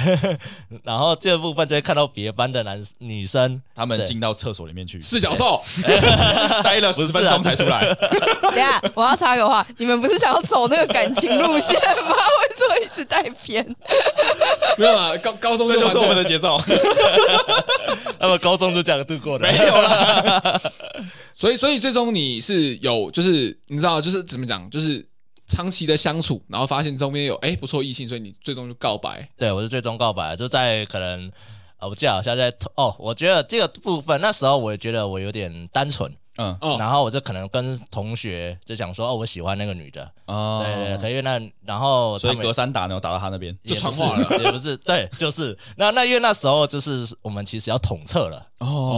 然后这部分就会看到别班的男女生，
他们
对
进到厕所里面去，
四角 兽，
待了
不
十
是啊
分钟才出来。
等一下，我要插个话，你们不是想要走那个感情路线吗？ 为什么一直带偏？
没有啦，高高中
这就是
完
我们
全
的节奏。
那么高中就这样度过的，
没有啦，
所以，所以最终你是有，就是你知道，就是怎么讲，就是长期的相处，然后发现中间有哎、不错异性，所以你最终就告白。
对我是最终告白，就在可能呃，我记得好像在哦，我觉得这个部分那时候我也觉得我有点单纯，
嗯
哦
然后我就可能跟同学就想说哦，我喜欢那个女的，
哦
对对，对，可以那然后
所以
他们
隔山打牛打到他那边，
也不
就是传话了，
也不是对，就是那那因为那时候就是我们其实要统测了。
哦嗯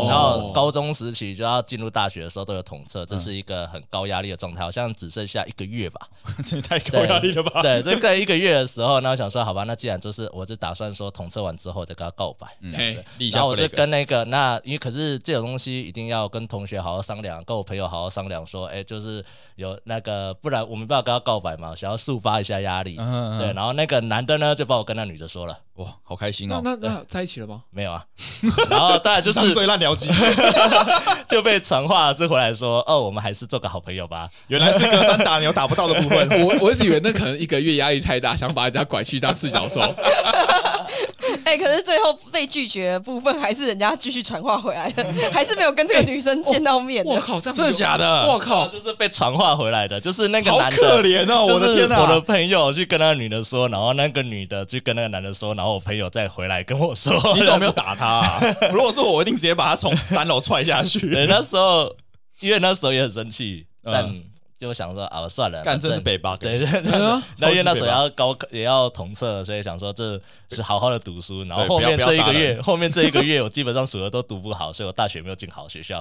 然后高中时期就要进入大学的时候都有统测，这是一个很高压力的状态，好像只剩下一个月吧。
这也太 高压力了吧？
对，这个一个月的时候，那我想说，好吧，那既然就是我就打算说统测完之后再跟他告白。
嗯
嘿
立一下
然后我就
flag
跟那个那，因为可是这种东西一定要跟同学好好商量量，跟我朋友好好商量说，哎，就是有那个，不然我没办法跟他告白嘛，想要抒发一下压力。
嗯，
对，
嗯
然后那个男的呢，就把我跟那女的说了，
嗯哇，好开心
那
哦！
那那在一起了吗？
没 有啊。然后当然就
史上
是
最烂聊机，
就被传话这回来说，哦，我们还是做个好朋友吧。
原来是隔山打牛打不到的部分。
我我一直以为那可能一个月压力太大，想把人家拐去当四角兽。
哎、可是最后被拒绝的部分还是人家继续传话回来的，还是没有跟这个女
哎
生见到面的。
我靠，这样
真的假的
我
哦，
靠，
就是被传话回来的，就是那个
好
男的，
可怜哦！我的天
哪！我的
哪！
朋友去跟那个女的说，然后那个女的去跟那个男的说，然后我朋友再回来跟我说，
你怎么没有打他啊？ 如果是我，我一定直接把他从三楼踹下去。
对，那时候因为那时候也很生气，
嗯
但就想说啊，算了，
干，这是
反正
北巴。
对对对
哎呀，
那因为那时候
北
也
吧
要高考也要统测，所以想说这是好好的读书。然后
对
后面
不要不要
这一
杀
个
人
月，后面这一个月我基本上数学都读不好，所以我大学没有进好学校。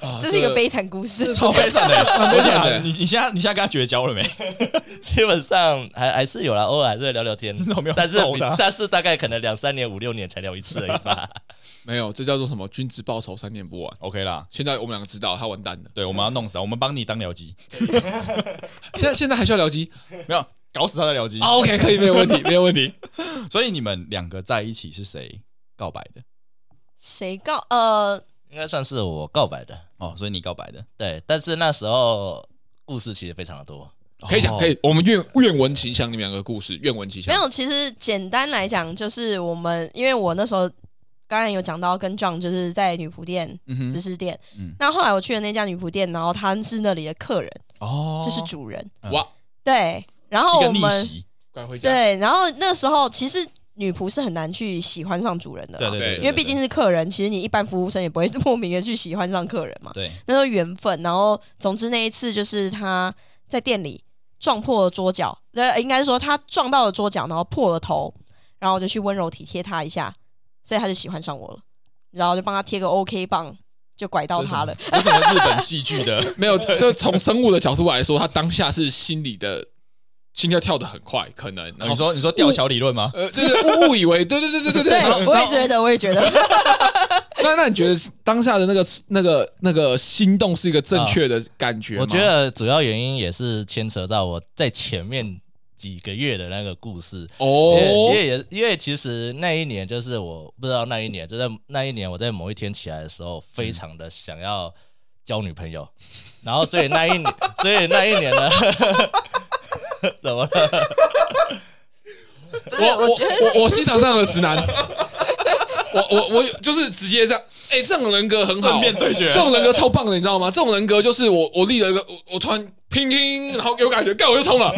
啊
这是一个悲惨故事，
超悲惨的，
蛮悲惨的
我想你你现在你现在跟他绝交了没？
基本上还还是有啦，偶尔还是会聊 聊天
你怎么没有，
但是
揍
比
他
但是大概可能两三年、五六年才聊一次而已 吧。
没有，这叫做什么？君子报仇，三年不晚。
OK 啦，
现在我们两个知道他完蛋了，
对，我们要弄死他，我们帮你当僚机，
现在现在还需要聊机
没有搞死他的僚机。
啊？OK，可以，没有问题，没有问题。
所以你们两个在一起是谁告白的？
谁告？呃，
应该算是我告白的，
哦，所以你告白的，
对。但是那时候故事其实非常的多，
可以讲，
哦
可以。我们愿愿闻其详，你们两个故事，愿闻其
没
详。
有。其实简单来讲，就是我们因为我那时候刚才有讲到跟 John 就是在女仆店、
嗯
芝
哼，
士店。
嗯
那后来我去的那家女仆店，然后他是那里的客人，
哦，
就是主人。
嗯
哇，
对，然后
一个
我
逆
们
袭，
拐回家。
对，然后那时候其实女仆是很难去喜欢上主人的啦，
啊
对对对，
因
因为毕竟是客人，其实你一般服务生也不会莫名的去喜欢上客人嘛，
对
那都缘分。然后总之那一次就是他在店里撞破了桌角，呃，应该是说他撞到了桌角，然后破了头，然后我就去温柔体贴他一下，所以他就喜欢上我了，然后就帮他贴个 OK 棒，就拐到他了。
这是什么日本戏剧的哦
没有，这从生物的角度来说，他当下是心里的心跳跳得很快，可能。然
哦你
后
说你说吊桥理 论吗？
呃，就是误误以为，对对对对对对。
对
然后，
我
然
也
后
觉得，我也觉得，
那那你觉得当下的那个那个那个心动是一个正确的感觉吗？
啊我觉得主要原因也是牵扯到我在前面几个月的那个故事。因为因
哦，
为也因为其实那一年就是我不知道那一年就在那一年我在某一天起来的时候，非常的想要交女朋友，然后所以那一 年所以那一年呢， 怎么了？
我我我我欣赏这样的直男。 我我我就是直接这样，哎、这种人格很好
正，面对决
这，种人格超棒的，你知道吗？这种人格就是我我立了一个，我我突然拼拼，然后有感觉，干我就冲了，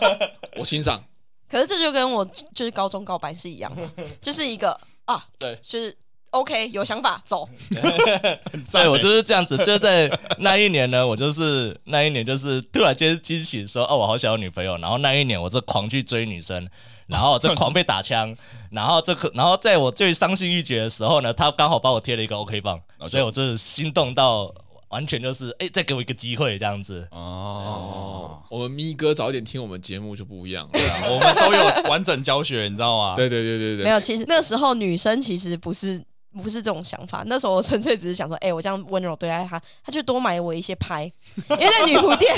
我欣赏。
可是这就跟我就是高中告白是一样 的，就是一个啊，
对
就是 OK 有想法走，
对
欸
我就是这样子，就在那一年呢，我就是那一年就是突然间惊喜说，哦，我好想要女朋友。然后那一年我是狂去追女生，然后这狂被打枪，然后这个，然后在我最伤心欲绝的时候呢，他刚好帮我贴了一个 OK 棒，所以我就是心动到完全就是，哎，再给我一个机会这样子。
哦，
我们咪哥早一点听我们节目就不一样了。
我们都有完整教学，你知道吗？
对对对对
没
对，
有，其实那时候女生其实不是不是这种想法，那时候我纯粹只是想说，哎、我这样温柔对待她，她就多买我一些拍，因为在女仆店，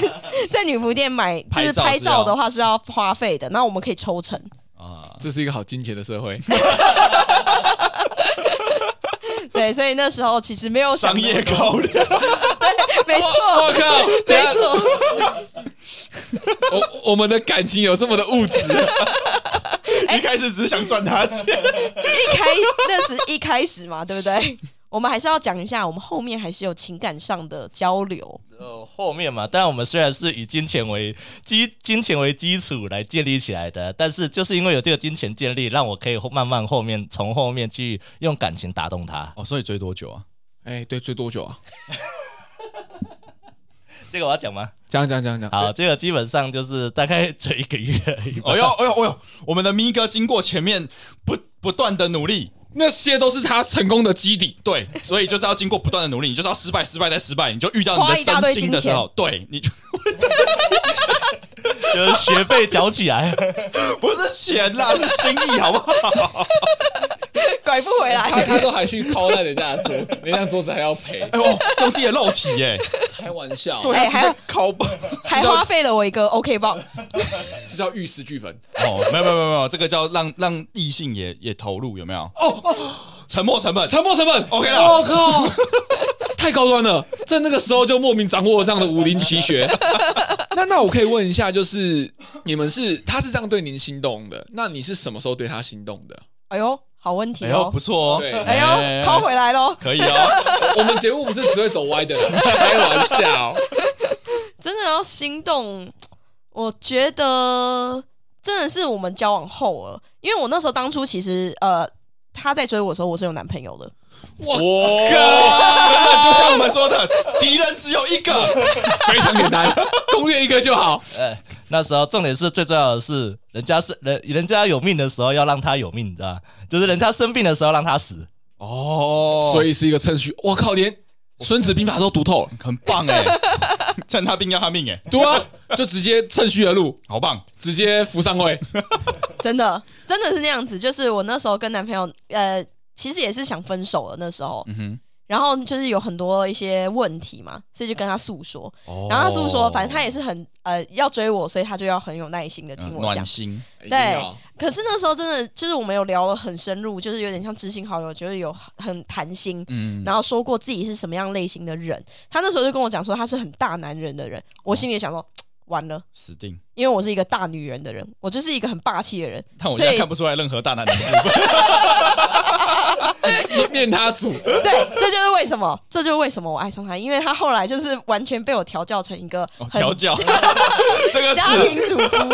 在女仆店买就是拍
拍照是
照的话是要花费的，那我们可以抽成。
啊，
这是一个好金钱的社会。
对，所以那时候其实没有想
商业考量，
没错，
我靠，等一
没
下
错，
啊
啊
我我们的感情有这么的物质？
一开始只是想赚他钱，
一开那是一开始嘛，对不对？我们还是要讲一下，我们后面还是有情感上的交流。
呃，后面嘛，但我们虽然是以金钱为基金钱为基础来建立起来的，但是就是因为有这个金钱建立，让我可以后慢慢后面从后面去用感情打动他。
哦，所以追多久啊？
哎，对，追多久啊？
这个我要讲吗？
讲讲讲讲。
好，这个基本上就是大概这一个月而已吧。
哦呦，哦呦，哦呦，我们的咪哥经过前面不不断的努力，
那些都是他成功的基底。
对，所以就是要经过不断的努力，你就是要失败，失败再失败，你就遇到你
花一大
的
堆
真心的时候，对，你就
就是学 费缴起来，
不是钱啦，是心意，好不好？
乖拐不回来。
哎
他他都还去敲烂人家的桌子，人家桌子还要赔，
哎呦，用自己的肉体耶，
开玩笑，
对
哎
啊，
还有
直接拷吧。
还花费了我一个 OK 棒，
这叫玉石俱焚。
哦，没有没有没有没有，这个叫让让异性也也投入，有没有？哦，沉没成本，
沉没成本
OK 啦
我、靠， 太高端了，在那个时候就莫名掌握了这样的武林奇学。 那那我可以问一下，就是你们是他是这样对您心动的，那你是什么时候对他心动的？
哎呦，好问题
哎呦，
哦
不，错
对
哦，
哎呦，抠回来喽，
可以哦，
我们节目不是只会走歪的啦， 开玩笑。
真的要心动，我觉得真的是我们交往后了，因为我那时候当初其实呃他在追我的时候，我是有男朋友的，
哇，真的就像我们说的，敌人只有一个，
非常简单，攻略一个就好。
呃，那时候重点是最重要的是，人家是人，人家有命的时候要让他有命，你知道吗？就是人家生病的时候让他死。
哦，
所以是一个趁虚，我靠，连《孙子兵法》都读透了，
很棒 哎，趁他病要他命哎，
对啊，就直接趁虚而入，
好棒，
直接扶上位。
真的真的是那样子，就是我那时候跟男朋友呃其实也是想分手了那时候，
嗯哼，
然后就是有很多一些问题嘛，所以就跟他诉说，
哦
然后他诉说，反正他也是很呃要追我，所以他就要很有耐心的听
嗯
我讲
暖。心，
一定
对
要，
可是那时候真的就是我们有聊了很深入，就是有点像知心好友，就是有很谈心，
嗯，
然后说过自己是什么样类型的人。他那时候就跟我讲说他是很大男人的人，
哦
我心里也想说完了，
死定，
因为我是一个大女人的人，我就是一个很霸气的人，
但我
所
现在
以
看不出来任何大男人的部 分，
面面他组，
对，这就是为什么，这就是为什么我爱上他，因为他后来就是完全被我调教成一个
哦
很
调教，这个
家
是
庭主 妇。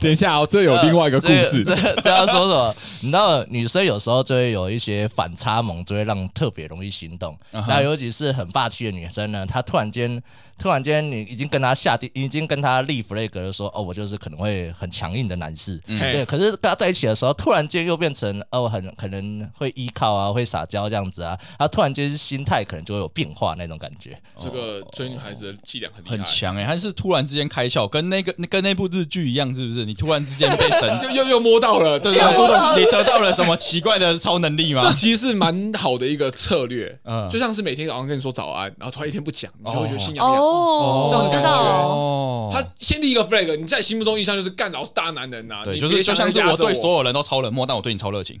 等一下哦，这有另外一个故事
这。这这要说什么？ 你知道，女生有时候就会有一些反差萌，就会让特别容易心动。
嗯哼
那、尤其是很霸气的女生呢，她突然间，突然间，你已经跟她下定，已经跟她立 flag 了，说哦，我就是可能会很强硬的男士。
嗯嘿
对，可是跟她在一起的时候，突然间又变成哦，很可能会依靠啊，会撒娇这样子啊，她突然间心态可能就会有变化那种感觉。
这个追女孩子的伎俩很厉害，
很强哎、欸，他是突然之间开窍，跟那个跟那部日剧一样，是不是？你突然之间被 神，
又又又摸到了，
对
对
对
不对？
对，你得到了什么奇怪的超能力吗
这？其实是蛮好的一个策略，
嗯
就像是每天早上跟你说早安，然后突然一天不讲，你就会觉得心痒痒。
哦，
这
我
种
知
感觉
道，
哦
他先立一个 flag，你在心目中印象就是干老是大男人呐，
对，
你
就
别
是就
想
像是
压
我
着
对
我
所有人都超冷漠，但我对你超热情。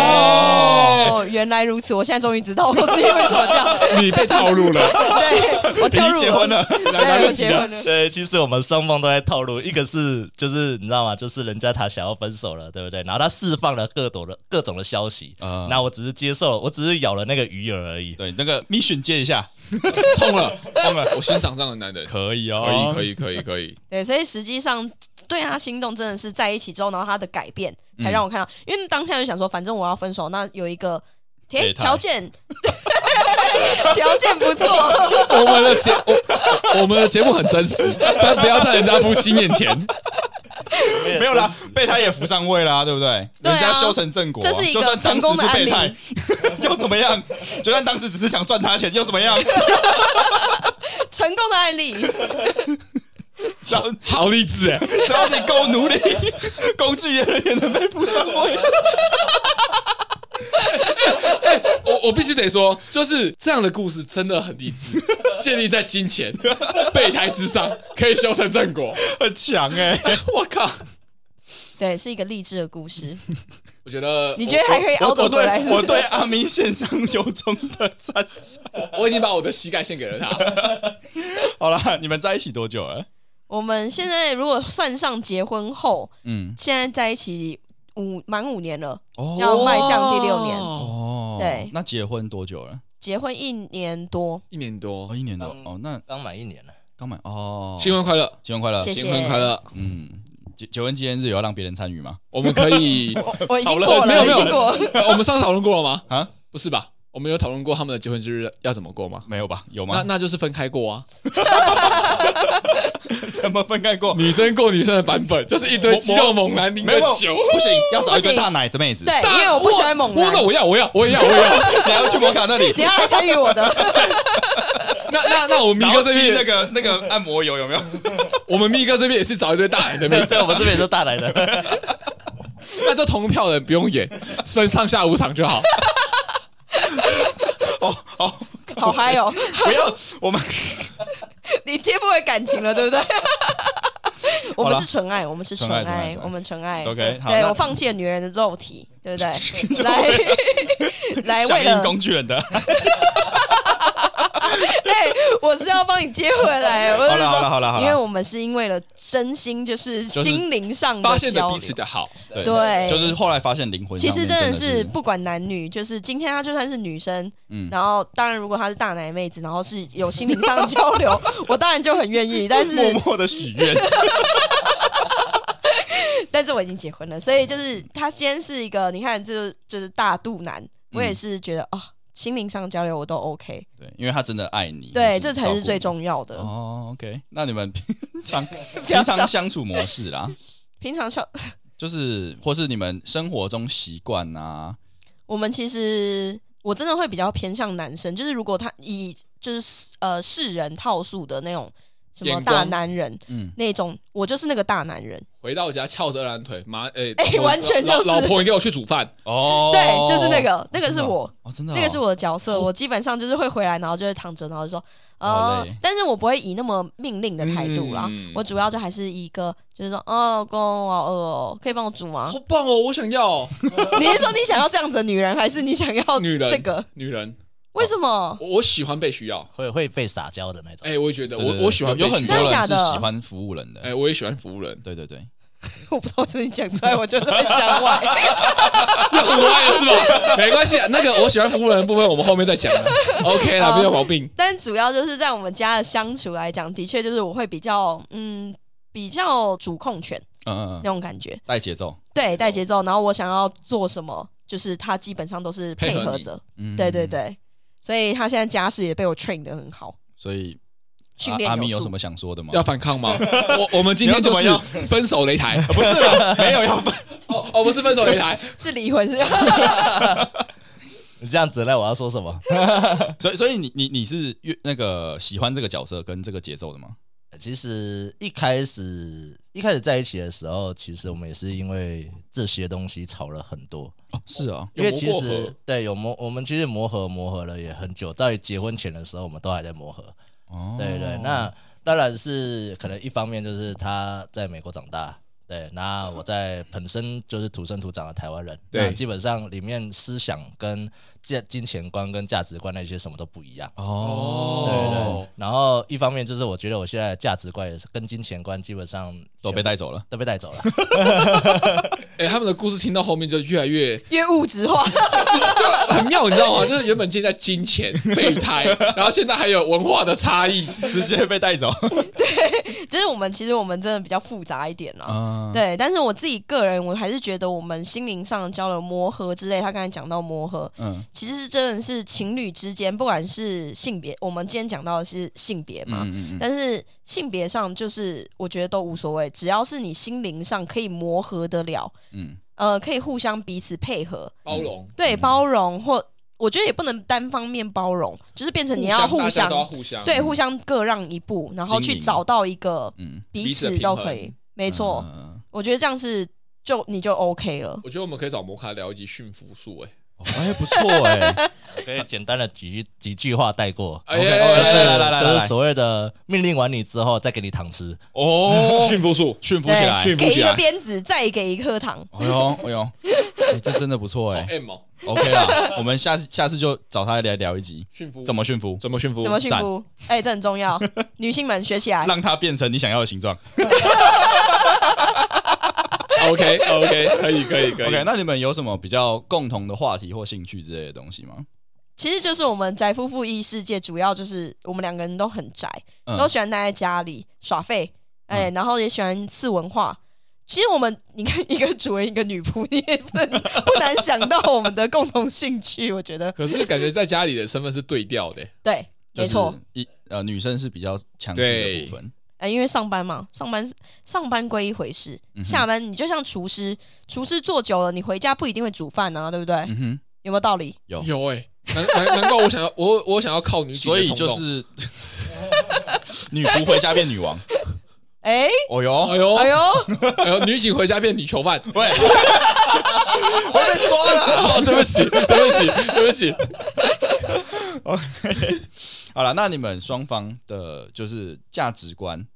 哦，原来如此，我现在终于知道我自己为什么这样。
你被套路 了，
对，我
已
跳
经
入
结婚，了，
来来
对，
不
我
及
结
了。
婚了。
对，其实我们双方都在透露，一个是就是你知道吗？就是人家他想要分手了，对不对？然后他释放了各种的各种的消息，
嗯
那我只是接受了，我只是咬了那个鱼饵而已。
对，那个 mission 接一下，
冲了，
冲了，
我欣赏这样的男人，
可以
可以
哦，
可以可以可以，
对，所以实际上对他心动真的是在一起之后，然后他的改变才让我看到，
嗯
因为当下就想说，反正我要分手，那有一个。诶
备胎
条 件，条件不错，
我们的节我我们的节目很真实，但不要在人家夫妻面前，
没有啦，被他也扶上位 啦，对不对？
对啊
人家修成正果，
这是一
就
个
算当
成功的
时是
案
备
例
胎， 又怎么样？就算当时只是想赚他钱，又怎么 样？
成功的案例。
只要
好励志
欸
哎！
只要你够努力， 工具人也能被扶上位。
我我必须得说，就是这样的故事真的很励 志，建立在金钱备胎之上，可以修成正果。
很强哎、
我靠！
对，是一个励志的故事。
我觉得
你觉得还可以
我
熬得
我
回来是
对
不
我
是？
对阿明献上由衷的赞赏。
我我已经把我的膝盖献给了他，
好啦，你们在一起多久了？
我们现在如果算上结婚后，
嗯，
现在在一起五满五年了，
哦
要迈向第六年，
哦
哦
对
那结婚多久了？
结婚一年多，
一年多
哦，，一年多。
嗯
哦，那
刚满一年了，
刚满哦，
新婚快乐，
新婚快乐！
谢谢
新婚快乐，
嗯，结结婚纪念日有要让别人参与吗？
我们可 以，
我我已经
吵了
过
没有没
了，已
有
经过了。
呃我们上次讨论过了吗？
啊，
不是吧？我们有讨论过他们的结婚之日要怎么过吗？
没有吧？有
那
吗？
那就是分开过啊，
怎么分开过？
女生过女生的版本，就是一堆肌肉猛男领
没
着
有，没有
酒，
不行，要找一
不
个
行
大奶的妹子。
对，
大
因为我哎不喜欢猛
我那
男，
我要我要我也要我也要，
你还要去摩卡那里
你，要来参与我的。
那那那我们
然
咪
后
哥
滴
这
那
边，
个那个按摩油有 没有？
我们咪哥这边也是找一堆大奶的妹 子，
所以我们这边也是大来的。
那这同票的人不用演，分上下五场就好。
好，
好嗨哦！
不要我 们
你接不回感情了，对 不对？我们是纯爱，我们是
纯
纯
爱纯爱
爱
纯，爱
我们纯爱。
OK，好
对
那
我放弃了女人的肉体，对不 对？来 来，
响
哎为
应
了
工具人的。
哎，我是要帮你接回 来。我
好
是
了好了
说，
好了好
因为
了，
我们是因为了真心，就是
是
心灵上
发
的
现了
交
彼
流。
此的好，
对
对
就是后来发现灵魂
其
上
实
面
真
真
的
是
是不管男女，就是今天她就算是女生，
嗯
然后当然如果她是大奶妹子，然后是有心灵上的交流， 我当然就很愿意。但是
默默的许 愿，
但是我已经结婚了，所
哦
以就是
嗯
他今天是一个，你看，就是就是大肚腩，我也是觉得啊、哦，
嗯
心灵上交流我都 OK，
对，因为他真的爱你，
对，
就
这
是
才是最
照顾
重要的。
你哦。OK，那你们 平常
不
平
要笑
常相处模式啦，
平常像
就是或是你们生活中习惯啊，
我们其实我真的会比较偏向男生，就是如果他以就是呃世人套数的那种什么
眼光
大男人
嗯，
那种，我就是那个大男人，
回到家翘着二郎腿，妈，哎、
哎
老婆
完全就是
老老婆，你给我去煮饭，
哦，
对，就是那个，那个是
真的哦
我。
哦，真的哦，
那个是我的角色，我基本上就是会回来，然后就会躺着，然后就说，
好
哦
嘞，
但是我不会以那么命令的态度啦
嗯，
我主要就还是一个，就是说，哦，老公，我好饿哦，可以帮我煮 吗
好？棒哦，我想要哦
你是说你想要这样子的女人，还是你想要
女人哦
这个？
女人，
为什么？
我我喜欢被需要，
会会被撒娇的那种
哎、。我也觉得
对对对
我我喜欢
有
被
有很
需
多
要
真的假
人是
的
喜欢服务人的，
哎、我也喜欢服务人，
对对对，
我不知道，所以你讲出来，我就是会想歪。
那很歪了是吧？没关系，啊，那个我喜欢服务人的部分，我们后面再讲啊。OK 啦，
好
没有毛病。
但主要就是在我们家的相处来讲，的确就是我会比较，嗯，比较主控权
嗯嗯
那
嗯，
种感觉，
带节奏，
对，带节奏，然后我想要做什么，就是他基本上都是
配
配
合
合
你
着。
嗯，
对对，对，所以他现在家世也被我 train 的很好，
所以
训
阿
练
啊阿咪有
素
什么想说的吗？
要反抗吗？我我们今天就
你要
是
怎
分手擂台，
不是啦，没有要
哦哦，不是分手擂台，
是离婚 是？
你这样子，那我要说什么？
所以，所以你你你是越那个喜欢这个角色跟这个节奏的吗？
其实一开始一开始在一起的时候，其实我们也是因为这些东西吵了很多。
哦，是啊，
有
因
磨
为其
过
实
河
对有磨，我们其实磨合磨合了也很久，在结婚前的时候，我们都还在磨合。
哦，
对对，那当然是可能一方面就是他在美国长大，对，那我在本身就是土生土长的台湾人，
对
那基本上里面思想跟价金钱观跟价值观那些什么都不一样。
哦，
对
哦
对，然后一方面就是我觉得我现在的价值观也是跟金钱观基本上
都被带走了。
都被带走了，
哎、他们的故事听到后面就越来越
越物质化，
就很妙，你知道吗？就是原本建在金钱、备胎，然后现在还有文化的差异。
直接被带走。
就是我们其实我们真的比较复杂一点啦。
嗯，
对，但是我自己个人，我还是觉得我们心灵上的交流、磨合之类，他刚才讲到磨合，
嗯
其实是真的是情侣之间，不管是性别，我们今天讲到的是性别嘛，
嗯嗯
但是性别上就是我觉得都无所谓，只要是你心灵上可以磨合得了，
嗯，
呃，可以互相彼此配合，
包容，
对包容或我觉得也不能单方面包容，就是变成你要
互相大家
互相
都要嗯互相
对互相各让一步，然后
经
去
营
找到一个
嗯，
彼
彼
此的
此
平
都
衡
可以，没错，
嗯，嗯
我觉得这样是就你就 OK 了。
我觉得我们可以找摩卡聊一集驯服术、哎
嗯哎，不错哎，
可以简单的几句几句话带过。
哎
OK，
哎
哦
哎
来
哎
来来来来
就
来
是所谓的命令完你之后再给你糖吃，
哦，
驯服术，
驯服
对
起来，
驯服
给一
起
个
来
鞭子，再给一颗糖。
哎呦哎呦，哎这真的不错
好
哎
M 哦，
，OK 啦，我们下次下次就找他来聊一集，
驯服
怎么驯服，
怎么驯服
怎么驯服？哎、这很重要， 女性们学起来。
让他变成你想要的形状。
？OK OK，可以可以可以。
OK，那你们有什么比较共同的话题或兴趣之类的东西吗？
其实就是我们宅夫妇异世界，主要就是我们两个人都很宅，
嗯
都喜欢待在家里耍废，哎、然后也喜欢次文化。其实我们，你看一个主人一个女仆，你也不能不难想到我们的共同兴趣。我觉得
可是感觉在家里的身份是对调的、
对，没错，，
一呃，女生是比较强势的部分。
哎、因为上班嘛，上班上班归一回事，
嗯哼
下班你就像厨师，厨师做久了，你回家不一定会煮饭啊，对不对？
嗯哼。
有没有道理？
有
有哎、难难难怪我想要我我想要靠女主
所
的
以
冲
就
动，
是 女仆回家变女王。
哎、
哦
哎
哟，
呦
哎呦，
哎呦，女警回家变女囚 犯。
喂， 我被抓 了。
哦，对不起，对不起，对不起。
好了，那你们双方的就是价值观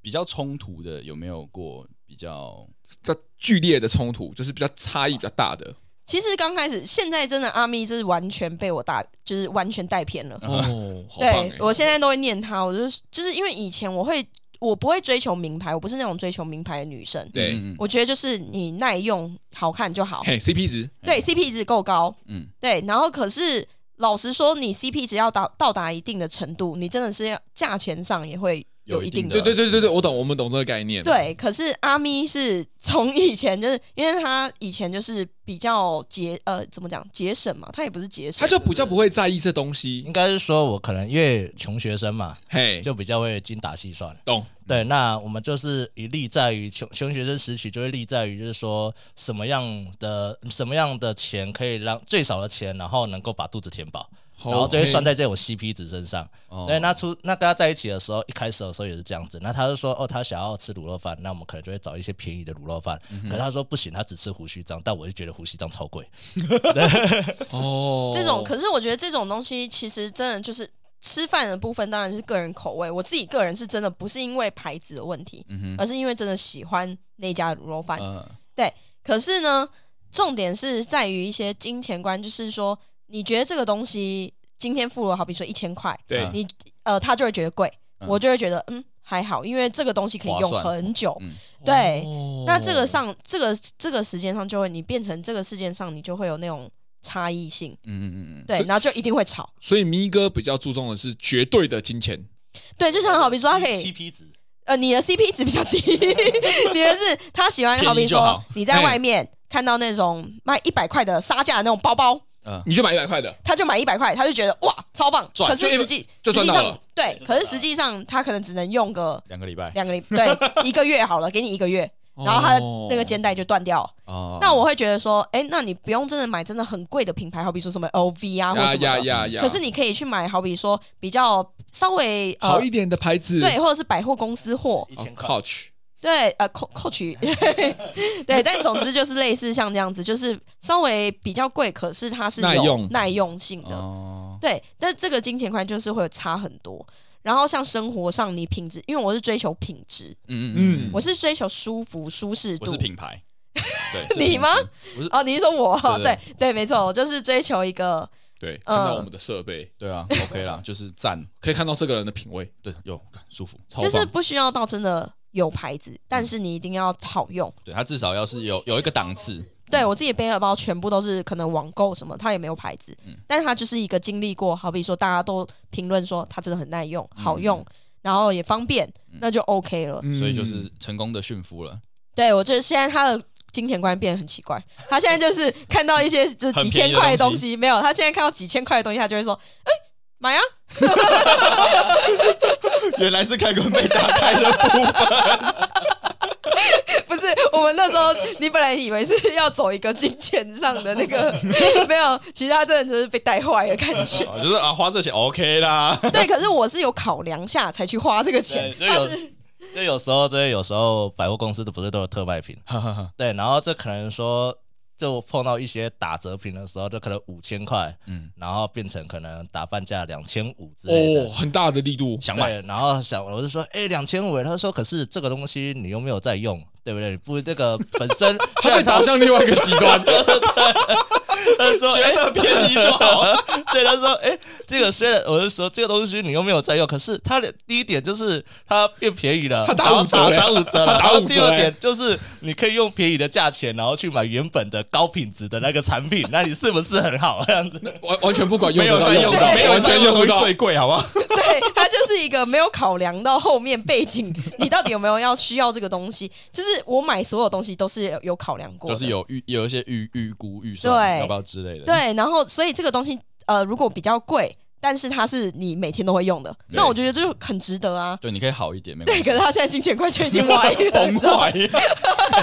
比较冲突的，有没有过比较？
比较剧烈的冲突，就是比较差异比较大的。
其实刚开始，现在真的阿咪就是完全被我打，就是完全带偏了。
哦，好棒
对
哎！
我现在都会念他，我就是就是因为以前我会，我不会追求名牌，我不是那种追求名牌的女生。
对，
嗯
我觉得就是你耐用、好看就好，
嘿，CP 值
对 CP 值够高，
嗯
对。然后可是老实说，你 CP 值要达到达一定的程度，你真的是要价钱上也会
有
有
一
一
定
定
的
的
对对对对对，我懂，我们懂这个概念。
对，可是阿咪是从以前就是，因为他以前就是比较节呃，怎么讲节省嘛，他也不是节省，
他就比较不会在意这东西
应。该是说我可能因为穷学生嘛，
嘿，
就比较会精打细算。
懂。
对，那我们就是一力在于穷穷学生时期，就会力在于就是说什么样的什么样的钱可以让最少的钱，然后能够把肚子填饱，
哦
然后就会算在这种 CP 值身上。
哦
对，那出那跟他在一起的时候，一开始的时候也是这样子。那他就说哦，他想要吃卤肉饭，那我们可能就会找一些便宜的卤肉饭。可是他说不行，他只吃胡须章，但我就觉得胡须章超贵。
哦，
这种。可是我觉得这种东西其实真的就是吃饭的部分，当然是个人口味。我自己个人是真的不是因为牌子的问题，
嗯哼
而是因为真的喜欢那家卤肉饭。
呃
可是呢，重点是在于一些金钱观，就是说你觉得这个东西今天付了好比说一千块，
对，
你呃他就会觉得贵，
嗯
我就会觉得嗯还好，因为这个东西可以用
划算
很久。
嗯
对
哦
那这个上这个这个时间上就会你变成这个事件上你就会有那种差异性，
嗯嗯嗯嗯，
对，然后就一定会吵。
所以咪哥比较注重的是绝对的金钱，
对，就像好比说他可以
CP 值，
呃，你的 CP 值比较 低，你的是他喜欢，
便宜
好比
就好
说你
哎
在外面看到那种卖一百块的杀价的那种包包，
你就买一百块的，
他就买一百块，他就觉得哇超棒，
赚
可是实际
就
实
赚
际
到
上
了
对，可是实际上他可能只能用个
两个礼拜
两个礼 对一个月好了，给你一个月，然后他的
哦
哦
那个肩带就断掉了。
哦
那我会觉得说，哎，那你不用真的买真的很贵的品牌，好比说什么 LV 啊或
呀
什么
呀
的，
呀呀，
可是你可以去买好比说比较稍微
好
呃
一点的牌子，
对，或者是百货公司货，
一
哦
千块。
，Coach，
对，呃，co-，coach，对，但总之就是类似像这样子，就是稍微比较贵，可是它是有
耐用
耐用性的，
哦
对。但这个金钱观就是会有差很多。然后像生活上，你品质，因为我是追求品质，
嗯
嗯
我是追求舒服、舒适
我
度
是。品牌，对，是
你
品质
吗？
不是，
哦，你是说我？
对对
对对，没错，我就是追求一个
对，看
嗯
到我们的设备，
对啊，OK 啦，就是赞，
可以看到这个人的品味，
对，有看舒服，
超
就是
棒
不需要到真的有牌子，
嗯
但是你一定要好用。
对他至少要是有有一个档次，
对我自己背荷包全部都是可能网购什么，它也没有牌子，
嗯
但它就是一个经历过，好比说大家都评论说它真的很耐用、
嗯
好用，然后也方便，那就 OK 了。
嗯
所以就是成功的驯服了，
对我觉得现在他的金钱观变得很奇怪，他现在就是看到一 些这
很
几千
便宜的
块的
东
东
西
西，没有，他现在看到几千块的东西，他就会说，哎、买啊！
原来是开关被打开了，
不是，我们那时候你本来以为是要走一个金钱上的那 个，没有，其实他真的就是被带坏的感觉。
哦就是啊，花这钱 OK 啦，
对，可是我是有考量下才去花这个钱
对，，就有就有时候，就有时候百货公司的不是都有特卖品？对，然后这可能说，就碰到一些打折品的时候，就可能五千块，
嗯，
然后变成可能打半价两千五之类的。
哦，很大的力度，
想买
对，然后想我就说，哎、两千五，他说，可是这个东西你又没有在用，对不对？不，这个本身
他被导向另外一个极 端，
他说，
觉得便宜就好，
所以他说：“哎、这个虽然我是说这个东西你又没有在用，可是它的第一点就是它变便宜了，
它打
然后
五折嘞
打打五折
它
了。
打
然后
五折
第二
嘞
点就是你可以用便宜的价钱，然后去买原本的高品质的那个产品，那你是不是很好？这样子，
完完全不管用
没
得
有
到
在用
不
到，没有
完
在
全
用
用
的
不
东西
到，
最贵，好不好？
对，它就是一个没有考量到后面背景，你到底有没有要需要这个东西？就是我买所有东西都是有有考量过
就
的，
是有预有一些预预估预算，
对
要不要之类的，，
对，然后所以这个东西呃，如果比较贵，但是它是你每天都会用的，
对
那我觉得就很值得啊。
对，你可以好一点，没关
对，
系，
可是他现在金钱观就已经歪了，
崩
你知道吗
坏，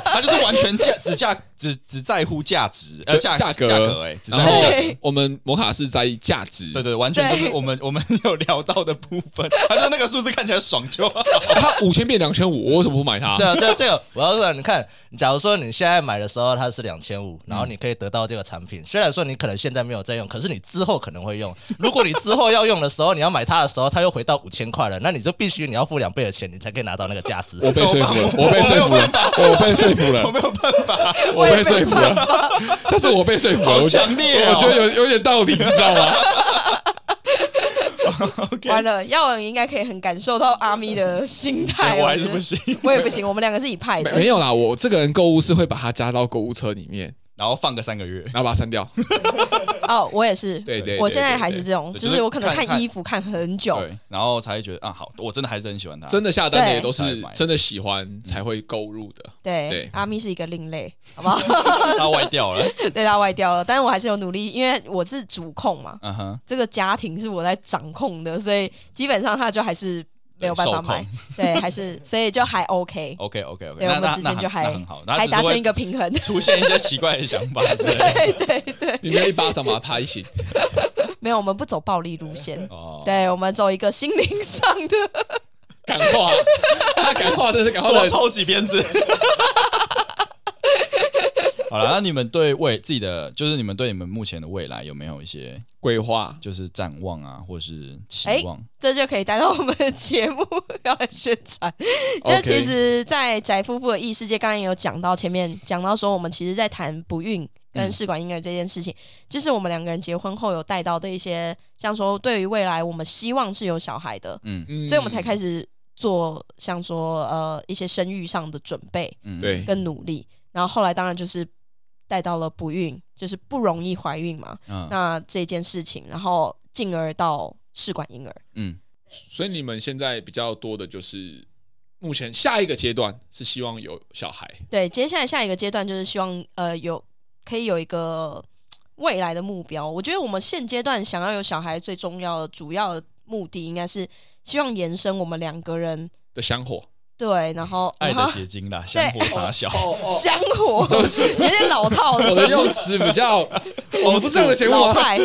他就是完全价只价只只在乎价值，呃
对
价
价格
价格哎，只在
然
乎
后
价格
对
我们摩卡是在意价值，
对对，完全就是
对
我们我们有聊到的部分， 他说那个数字看起来爽就好。
它五千变两千五，我为什么不买它
对？啊，对啊，这个我要说，你看，假如说你现在买的时候它是两千五，然后
嗯
你可以得到这个产品，虽然说你可能现在没有在用，可是你之后可能会用。如果你之后要用的时候，你要买它的时候，它又回到五千块了，那你就必须你要付两倍的钱，你才可以拿到那个价值。
我被说服了，
怎么办
我被说服了，我被说服了，
我没有办法，
我被 说服了，但是我被说服了，
好
我觉得
强烈哦
我觉得有有点道理，你知道吗？
完了，耀文应该可以很感受到阿咪的心态。
我还是
觉得
不，行。
我也不行，我们两个是一派
没
的。
没有啦，我这个人购物是会把它加到购物车里面，
然后放个三个月，
然后把它删 掉。
哦，我也是，
对对，
我
对
现在
对
还是
对
这种，
对
就是我可能
就是看
看衣服看很久，
对，然后才会觉得啊，好，我真的还是很喜欢他。
真的下单的
对
也都
才
是
买
真的喜欢才会购入的。
对，
对
阿咪是一个另类，好不好？
他歪掉了，
对他外掉了，但是我还是有努力，因为我是主控嘛，
嗯哼，
这个家庭是我在掌控的，所以基本上他就还是没有办法买，对，还是所以就还 OK，
OK OK OK，
对
那
我们
那
之
那
间就还
那很好，哦那
还
只
达
是
成
会
一个平衡。
出现一些奇怪的想法之类的。
你们一巴掌把它拍醒，
没有，我们不走暴力路线，
哦，
对我们走一个心灵上的。
感化，他感化真是感化
多
的。
抽几鞭子。好了，那你们对未自己的，就是你们对你们目前的未来有没有一些
规划
就是展望啊，或是期
哎
望？
这就可以带到我们的节目 要来宣传。 就
OK
其实，在宅夫妇的异世界，刚刚也有讲到，前面讲到说，我们其实在谈不孕
嗯
跟试管婴儿这件事情，就是我们两个人结婚后有带到的一些，像说对于未来我们希望是有小孩的，
嗯
嗯
所以我们才开始做像说呃一些生育上的准备
嗯，
对
跟努力。然后后来当然就是带到了不孕，就是不容易怀孕嘛，
嗯
那这件事情，然后进而到试管婴儿。
嗯，
所以你们现在比较多的就是目前下一个阶段是希望有小孩，
对，接下来下一个阶段就是希望呃有可以有一个未来的目标。我觉得我们现阶段想要有小孩，最重要的主要的目的应该是希望延伸我们两个人
的香火。
对，然后
爱
然
的
后
结晶啦，香火傻 小。
哦哦，
香火，有点老套
我的用词比较，我们不是这样的节目
老
吗？
派。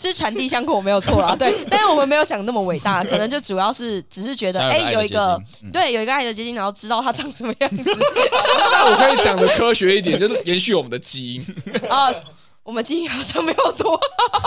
是传递香火没有错啦，对，但是我们没有想那么伟大，可能就主要是只是觉得，
想要
哎、
爱的
有一
结
个
晶嗯
对有一个爱的结晶，然后知道它长什么样子，
那我可以讲的科学一点，就是延续我们的基因。
啊，我们基因好像没有多，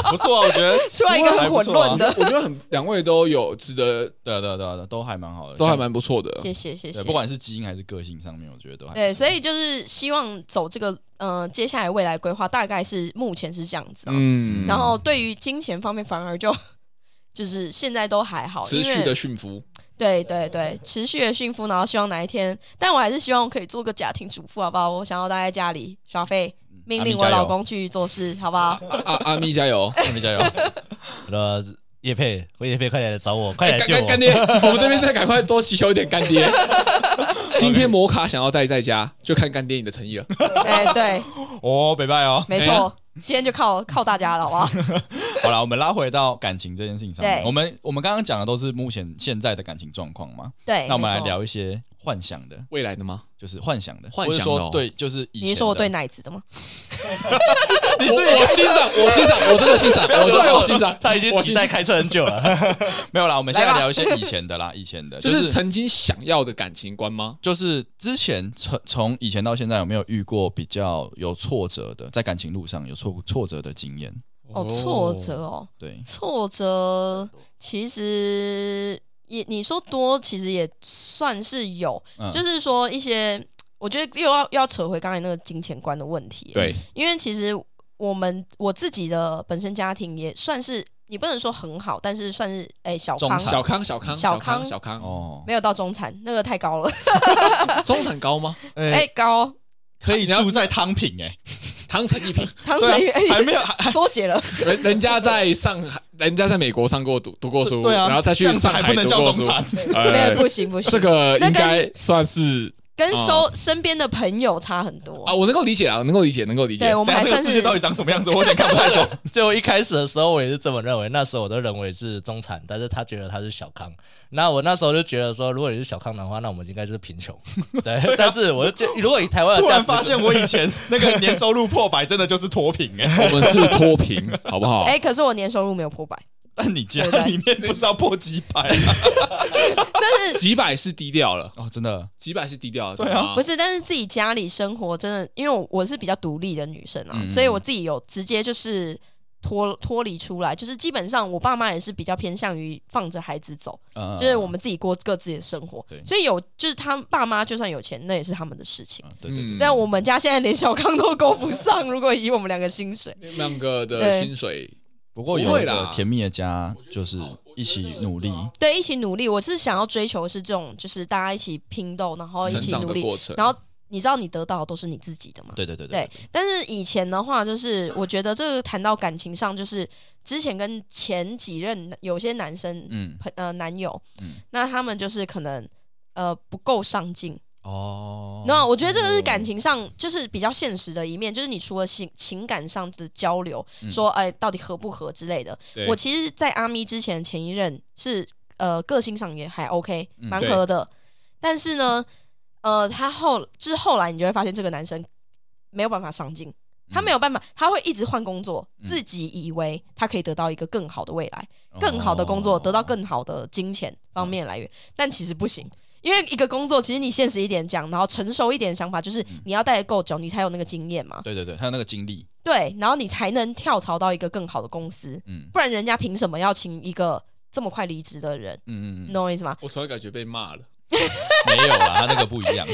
不错啊，我觉得
出来一个很混
啊
乱的。
我觉得很两位都有值得，
对啊，对啊，对啊，对啊都还蛮好的，
都还
像
蛮不错的。
谢谢谢
对，
谢
不。管是基因还是个性上面，我觉得都还
对，
不错
所以就是希望走这个，呃，接下来未来规划大概是目前是这样子啊。
嗯
然后对于金钱方面，反而就 就是现在都还好，
持
因
续
为
的驯服，
对对对，持续的幸福，然后希望哪一天，但我还是希望可以做个家庭主妇，好不好？我想要待在家里耍废，命令我老公去做事，好不好？
阿阿阿啊咪加油！
你们加油，
呃，叶佩，我叶佩，快点来找我，快
哎
点来
干
救
干干
我！
爹，我们这边再赶快多祈求一点干爹。今天摩卡想要待在家，就看干爹你的诚意了。
哎、 对，
哦，拜拜哦。
没
哎
错，今天就靠靠大家了，好不好？
好了，我们拉回到感情这件事情上面。
对
我们我们刚刚讲的都是目前现在的感情状况嘛，
对，
那我们
没
来
错。
聊一些幻想的，
未来的吗？
就是幻想的，
幻
或者
想的哦
说对，就是以前的
你是说我对奶子的吗？
我我欣赏，我欣赏，我真的欣赏，我真的我欣赏。
他已经
我
期
欣
待
赏，
开车很久了。
没有啦，我们现
来
在
吧
聊一些以前的啦， 以前的，
就
就是是
曾经想要的感情观吗？
就是之前从从以前到现在有没有遇过比较有挫折的，在感情路上有挫挫折的经验？
哦，挫折哦，
对，
挫折其实也你说多，其实也算是有，
嗯
就是说一些，我觉得又要又要扯回刚才那个金钱观的问题。
对，
因为其实我们我自己的本身家庭也算是，你不能说很好，但是算是哎、小
中
康，
产
小康，小康，
小
小康，
康
小康，
哦，
没有到中产，那个太高了，
中产高吗？
哎、
哎，
高
可以住在汤品哎，
汤臣一品，
唐
对啊
哲宇哎
还没有还
缩写了，
人人家在上海，人家在美国上过读读过书，
对啊，
然后再去
这样子
上
还
海
不能
读
叫
过
中
书，
产，
没
呃
有不行不行，
这个
那
应
跟
该算是
跟
嗯
收、身边的朋友差很多。
啊，我能够理解啊，能够理解，能够理解。
对，我们
等一
还
下
算
这个世界
是
到底长什么样子？我有点看不太 懂。
就一开始的时候，我也是这么认为。那时候我都认为是中产，但是他觉得他是小康。那我那时候就觉得说，如果你是小康的话，那我们应该就是贫穷。对， 但是我就觉，如果以台湾
啊
的
突
价
然
值
发
观，
现我以前那个年收入破百，真的就是脱贫哎。
我们是脱 贫，好不好？
哎、可是我年收入没有破百，
但你家
对对
里面不知道破几百啊
但是
几百是低调了，
哦，真的
几百是低调了，
对啊
懂吗
不是，但是自己家里生活真的，因为我我是比较独立的女生啊，
嗯
所以我自己有直接就是脱脱离出来，就是基本上我爸妈也是比较偏向于放着孩子走，
嗯
就是我们自己过各自的生活
对，
所以有就是他爸妈就算有钱，那也是他们的事情。
嗯对对对，
嗯
但我们家现在连小康都够不上， 如果以我们两个薪水，
亮哥的
对
薪水
不过
不
有
会
一
啦
个甜蜜的家，就是一起努力。
对，一起努力。我是想要追求是这种，就是大家一起拼斗，然后一
成
起
长
努
的
力，
过程，
然后你知道你得到的都是你自己的嘛？
对对对
对
对，
但是以前的话，就是我觉得这个谈到感情上，就是之前跟前几任有些男生
嗯，
朋呃男友，
嗯
那他们就是可能呃不够上进。
哦
那、我觉得这个是感情上就是比较现实的一面，就是你除了情情感上的交流，
嗯
说哎到底合不合之类的。
对
我其实，在阿咪之前前一任是呃个性上也还 OK，
嗯
蛮合的。但是呢，呃，他后就是后来你就会发现这个男生没有办法上进，他
嗯
没有办法，他会一直换工作，
嗯
自己以为他可以得到一个更好的未来，更好的工作，
哦
得到更好的金钱方面来源，但其实不行。因为一个工作，其实你现实一点讲，然后成熟一点想法，就是你要待得够久，你才有那个经验嘛。
对对对，还有那个经历，
对，然后你才能跳槽到一个更好的公司。
嗯
不然人家凭什么要请一个这么快离职的人？
嗯
你
嗯嗯，
懂我意思吗？
我突然感觉被骂了。
没有啦，他那个不一样。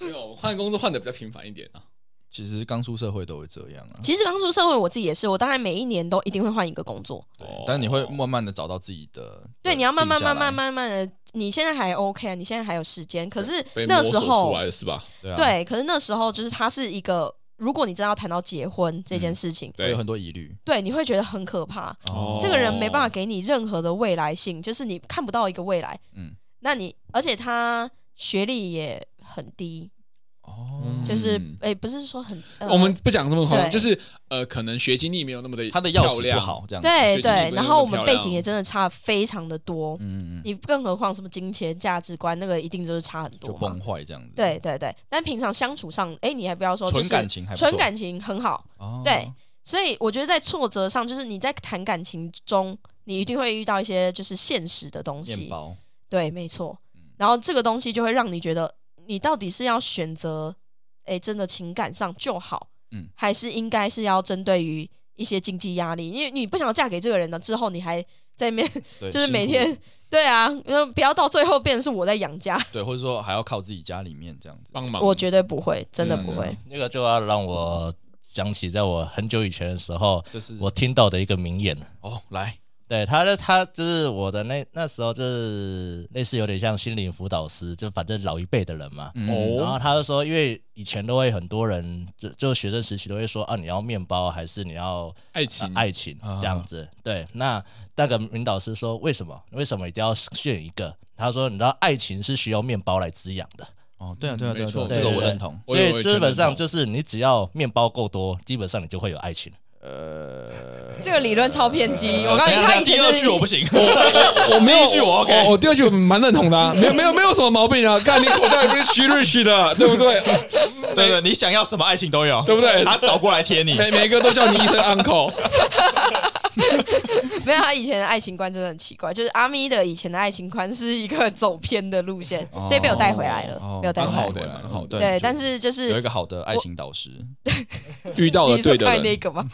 没有，我换工作换的比较频繁一点啊。
其实刚出社会都会这样啊，
其实刚出社会，我自己也是，我当然每一年都一定会换一个工作。
对
哦
但你会慢慢的找到自己的，
对，你要慢慢慢慢
慢，
慢慢的，你现在还 OK 啊，你现在还有时间。可是
被摸
那
索
时候
出，来了是吧？
对啊，
对，可是那时候就是它是一个，如果你真的要谈到结婚这件事情，
会
对
有，很多疑虑。
对，你会觉得很可怕。
哦
这个人没办法给你任何的未来性，就是你看不到一个未来。
嗯
嗯，那你而且他学历也很低，
哦，
就是哎
嗯、
诶不是说很，呃
我们不讲这么夸张，
对
就是呃，可能学经历没有那么的
他的钥
漂
匙
亮
不，好，这样子，
学经历
对
不
对
是，那
然
么
后我们
漂
背
亮
景也真的差非常的多，
嗯嗯嗯，
你更何况什么金钱价值观那个一定就是差很
就
多嘛
崩。坏这样子。
对，对对，但平常相处上，哎，你还不要说，就
纯
是
感情还不错
纯感情很好。
哦
对，所以我觉得在挫折上，就是你在谈感情中，你一定会遇到一些就是现实的东
面
西。
包，
对，没错。然后这个东西就会让你觉得，你到底是要选择，哎，真的情感上就好，
嗯
还是应该是要针对于一些经济压力？因为你不想嫁给这个人了之后，你还在面
对，
就是每
辛苦
天，对啊，呃不要到最后变成是我在养家，
对，或者说还要靠自己家里面这样子。
帮忙。
我绝对不会，真的
嗯
不
对
会。
那个就要让我想起在我很久以前的时候，
就是
我听到的一个名言。啊
哦，来，
对，他的他就是我的那那时候就是类似有点像心灵辅导师，就反正老一辈的人嘛。嗯
哦
然后他就说，因为以前都会很多人，就就学生时期都会说啊，你要面包还是你要
爱情
呃，爱情
啊
这样子。对，那那个名导师说，为什么为什么一定要选一个？他说，你知道爱情是需要面包来滋养的，
哦，对啊，对啊，对啊
没错
对啊，这个
对
我
对
认同。
我
所
也
以
我也
基
全
本
认
上
同
就是你只要面包够多，基本上你就会有爱情。
这个理论超偏激，我告诉
等
你，
一下
他以前
第
就
二
是
句我不行，
我没有，
第一句我 OK
我第二句我蛮认同的、啊，没有没有没有什么毛病啊。看你口袋 rich rich 的，对不对？
对对，你想要什么爱情都有，
对不对
他找过来贴你，
每每个都叫你一声 uncle，
没有，他以前的爱情观真的很奇怪，就是阿咪的以前的爱情观是一个 走偏的路线，
哦
所以被我带回来了，
哦
被我带
蛮好
回来了。
的，蛮好的。
对，
就
但是就是
有一个好的爱情导师，
遇
哦
到了
你是
对的
看那
人，
个吗？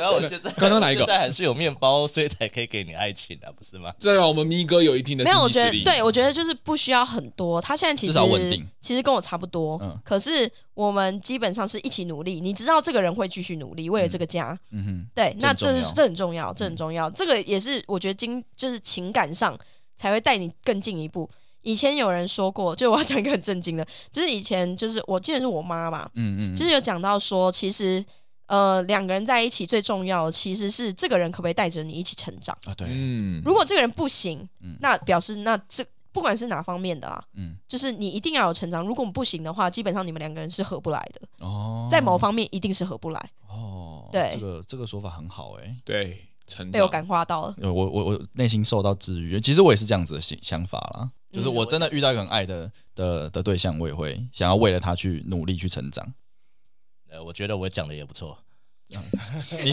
然后我现在
刚刚哪一个
现在还是有面包，所以才可以给你爱情啊，不是吗？
代表我们咪哥有一定的
没有，我
经济
觉得
实力。
对，我觉得就是不需要很多。他现在其实
至少稳定
其实跟我差不多。
嗯
可是我们基本上是一起努力。你知道这个人会继续努力，为了这个家。
嗯哼，
对，
这
那
很重
这
要嗯
是这很重要，这很重要。这个也是我觉得经就是情感上才会带你更进一步。以前有人说过，就我要讲一个很震惊的，就是以前就是我记得是我妈吧，
嗯嗯，
就是有讲到说，其实呃两个人在一起最重要的其实是这个人可不可以带着你一起成长。
啊，对，
嗯，
如果这个人不行
嗯，
那表示那这不管是哪方面的啦，
嗯，
就是你一定要有成长。如果不行的话，基本上你们两个人是合不来的，
哦，
在某方面一定是合不来。
哦，
对
这个这个说法很好哎、
对，成
被我
长
感化到了，
呃我我我内心受到治愈。其实我也是这样子的想想法啦，就是
嗯
我真的遇到一个很爱的的的对象，我也会想要为了他去努力去成长。
呃，我觉得我讲的也不错。
你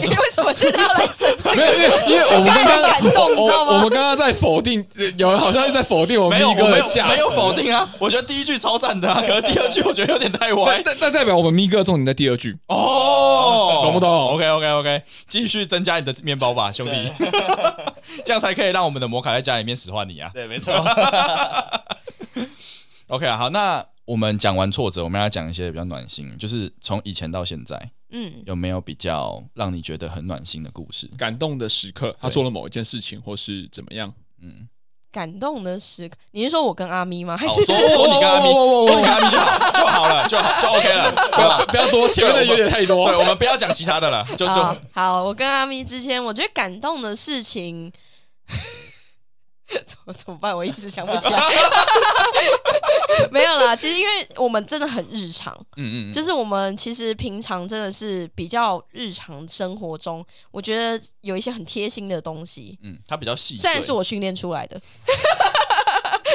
你
说
为什么知道来成长？
没有，因为因为我们刚
我刚才很感
刚
动你
我
知道吗
我我们刚刚在否定，呃有人好像是在否定我们
没有，
咪
我
哥的
没有
价值，
没有否定啊，我觉得第一句超赞的、啊，可是第二句我觉得有点太
但。
歪
但但代表我们咪哥的重点在第二句，
哦，
懂不懂
？OK OK OK，继续增加你的面包吧，兄弟， 这样才可以让我们的摩卡在家里面使唤你啊。
对，没 错。
OK 啊，好，那我们讲完挫折，我们要讲一些比较暖心，就是从以前到现在，
嗯，
有没有比较让你觉得很暖心的故事？
感动的时刻，他
对
做了某一件事情或是怎么样，
嗯，
感动的时刻，你是说我跟阿咪吗？还
好，
是
说说你跟阿咪，
哇哇哇哇哇
说你跟阿咪就好，就好了，就好，就 OK 了，
不
对吧
要？不要多，前面的有点 太
对，
多。
我们不要讲其他的了，就
啊
就，
好，我跟阿咪之间，我觉得感动的事情， 怎么怎么办？我一时想不起来。 没有啦，其实因为我们真的很日常，
嗯嗯嗯，
就是我们其实平常真的是比较日常生活中，我觉得有一些很贴心的东西，
嗯，他比较细，
虽然是，我训练出来的，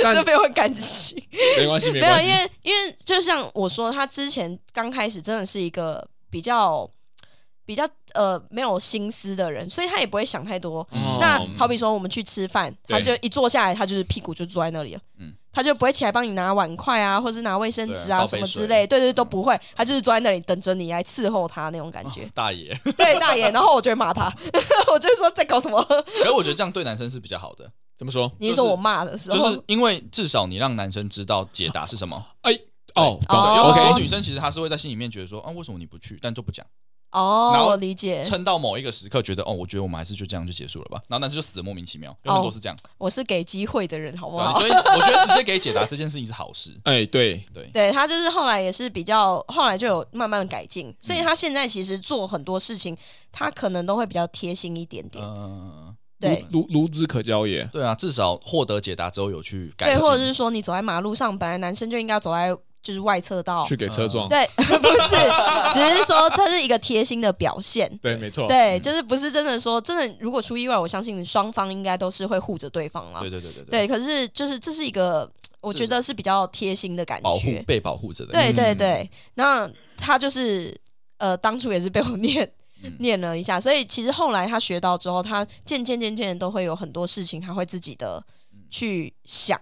但
这被我感激。
没关 系，没
没有，
关系
因。为因为就像我说，他之前刚开始真的是一个比较比较呃没有心思的人，所以他也不会想太多。
哦
那好比说我们去吃饭，他
对
就一坐下来，他就是屁股就坐在那里了，
嗯
他就不会起来帮你拿碗筷啊，或是拿卫生纸
对啊
啊
倒
什
杯
么之
水
类，对对对都不会，他就是坐在那里等着你来伺候他那种感觉。
大爷，
对，大爷，然后我就会骂他， 我就会说在搞什么？
可是我觉得这样对男生是比较好的，
怎么说？
你是说我骂的时候，
就是因为至少你让男生知道解答是什么。
哦，懂
哦
了
有很多
OK，
女生其实她是会在心里面觉得说，啊，为什么你不去？但就不讲，然
哦，
后
我理解，
撑到某一个时刻，觉得哦，我觉得我们还是就这样就结束了吧。然后男生就死得莫名其妙，有很多是这样。
我是给机会的人，好不
对吧
好？
所以我觉得直接给解答这件事情是好事。
哎，对，
对，
对他就是后来也是比较，后来就有慢慢改进，所
嗯
以他现在其实做很多事情，他可能都会比较贴心一点点。
嗯，
对
孺孺子可教也。
对啊，至少获得解答之后有去改
对，
进。
或者是说你走在马路上，本来男生就应该走在就是外侧道，
去给车撞，
哦对， 不是，只是说这是一个贴心的表现。
对，没
哦
错，
嗯
对，就是不是真的说真的，如果出意外，我相信双方应该都是会护着对方啦。
对对对对
对，可是就是这是一个，我觉得是比较贴心的感
保护
觉。
被保护着的。
对对
嗯
对，那他就是呃，当初也是被我念
嗯
念了一下，所以其实后来他学到之后，他渐渐渐渐都会有很多事情，他会自己的
嗯
去想，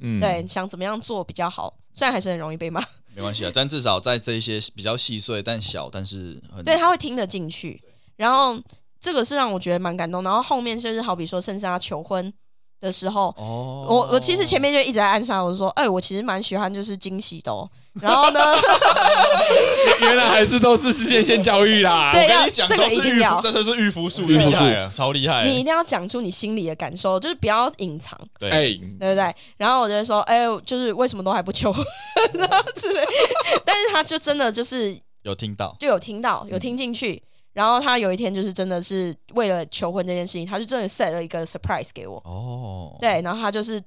嗯，
对，想怎么样做比较好。虽然还是很容易被骂，
没关系啊，但至少在这一些比较细碎但小，但是很
对，他会听得进去。然后这个是让我觉得蛮感动。然后后面就是好比说，甚至他求婚的时候，
哦，
我我其实前面就一直在暗杀，我就说，哎、我其实蛮喜欢就是惊喜的 哦。然后呢，
原来还是都是先先教育啦。
对
我跟
要
你讲，
这个
都
一
是
定
御
要
夫，这就是御夫术，
御夫术
厉害啊，超厉害。
你一定要讲出你心里的感受，就是不要隐藏，
对
哎，
对不对？然后我就会说，哎、就是为什么都还不求婚 之类， 但是他就真的就是
有听到？
就有听到，有听进去。然后他有一天就是真的是为了求婚这件事情，他就真的 set 了一个 surprise 给我，
哦，
对，然后他就是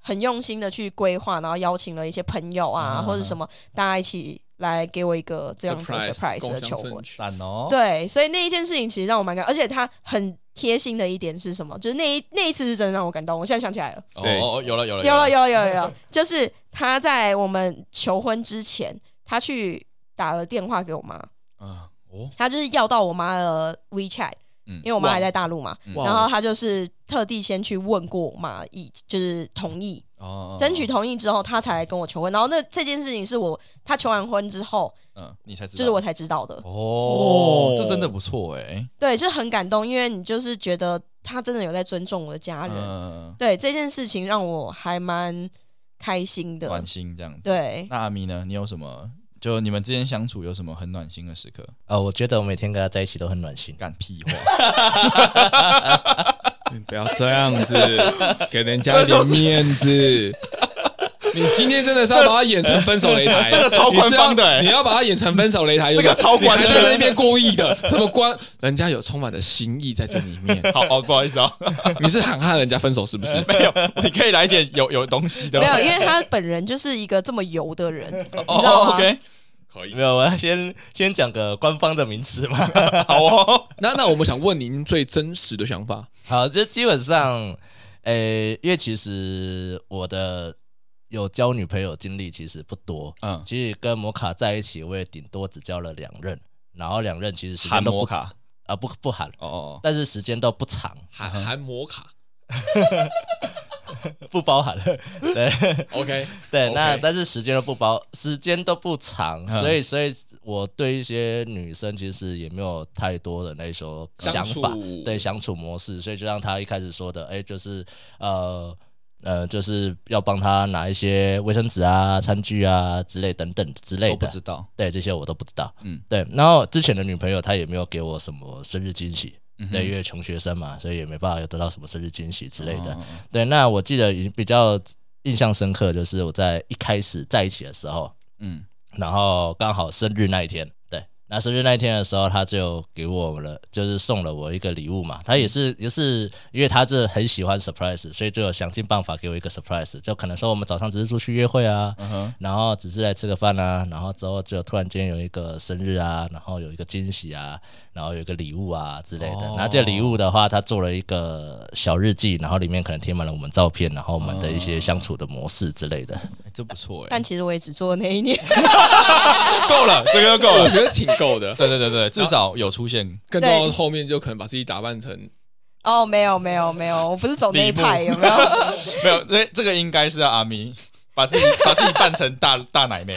很用心的去规划，然后邀请了一些朋友啊
啊
或者什么，大家一起来给我一个这样子的 surprise 的求婚。
赞哦。
对，所以那一件事情其实让我蛮感，而且他很贴心的一点是什么？就是那一那一次是真的让我感动，我现在想起来了，
哦
对
哦，哦有了有了
有了有了有了有了， 就是他在我们求婚之前，他去打了电话给我妈，
嗯哦，
他就是要到我妈的 WeChat，
嗯
因为我妈还在大陆嘛，
哇
然后他就是特地先去问过我妈意，就是同意，
哦，
争取同意之后，他才来跟我求婚。然后那这件事情是我他求完婚之后，
嗯，你才知道，
就是我才知道的，
哦
哦，
这真的不错哎。
对，就很感动，因为你就是觉得他真的有在尊重我的家人，
嗯，
对这件事情让我还蛮开心的
暖，心这样子。
对。
那阿咪呢？你有什么？就你们之间相处有什么很暖心的时刻？
啊，我觉得我每天跟他在一起都很暖心。
干屁 话！
不要这样子，给人家一点面子。你今天真的是要把它演成分手擂台，
这个超官方的欸
你是要你要把它演成分手擂台，
这个超官
你
宣
还在那边故意的，什么官？人家有充满了心意在这里面，
好哦，不好意思哦，
你是喊喊人家分手是不是？
没有，你可以来点有有东西的。
没有， 因为他本人就是一个这么油的人，你知道
哦
吗？
，OK，
可以
没。有，我要先先讲个官方的名词嘛。
好哦，
那那我们想问您最真实的想法，
好，就基本上，诶、因为其实我的有交女朋友经历其实不多，
嗯，
其实跟摩卡在一起，我也顶多只交了两任，然后两任其实时
韩
间都
摩
不长
卡
啊、，不不喊，
哦哦，
但是时间都不长，
含含摩卡
不包含。对
，OK，
对，那
OK
但是时间都不包，时间都不长，
嗯
所以所以我对一些女生其实也没有太多的那种想
相
法
处，
对相处模式，所以就像他一开始说的，哎，就是呃。呃，就是要帮他拿一些卫生纸啊、餐具啊之类等等之类
都不
的，
知道，
对，这些我都不知道。
嗯
嗯，对。然后之前的女朋友她也没有给我什么生日惊喜，
嗯哼
对，因为穷学生嘛，所以也没办法有得到什么生日惊喜之类的。
哦哦哦
对，那我记得已经比较印象深刻，就是我在一开始在一起的时候，
嗯，
然后刚好生日那一天，对，那生日那一天的时候，他就给我了，就是送了我一个礼物嘛。他也
嗯
是也是因为他是很喜欢 surprise，所以就有想尽办法给我一个 surprise，就可能说我们早上只是出去约会啊，
嗯哼，
然后只是来吃个饭啊，然后之后就突然间有一个生日啊，然后有一个惊喜啊，然后有一个礼物啊之类的。
哦
然后这个礼物的话，他做了一个小日记，然后里面可能贴满了我们照片，然后我们的一些相处的模式之类的。
哎这不错哎
但，其实我也只做了那一年，
够了，这个就够
我
了。
觉得挺够的。
对对对对，至少有出现。
更到后面就可能把自己打扮成
哦，没有没有没有，我不是走那一派，
礼
有没 有？
没有，这这个应该是阿咪把自己把自己扮成大大奶 妹。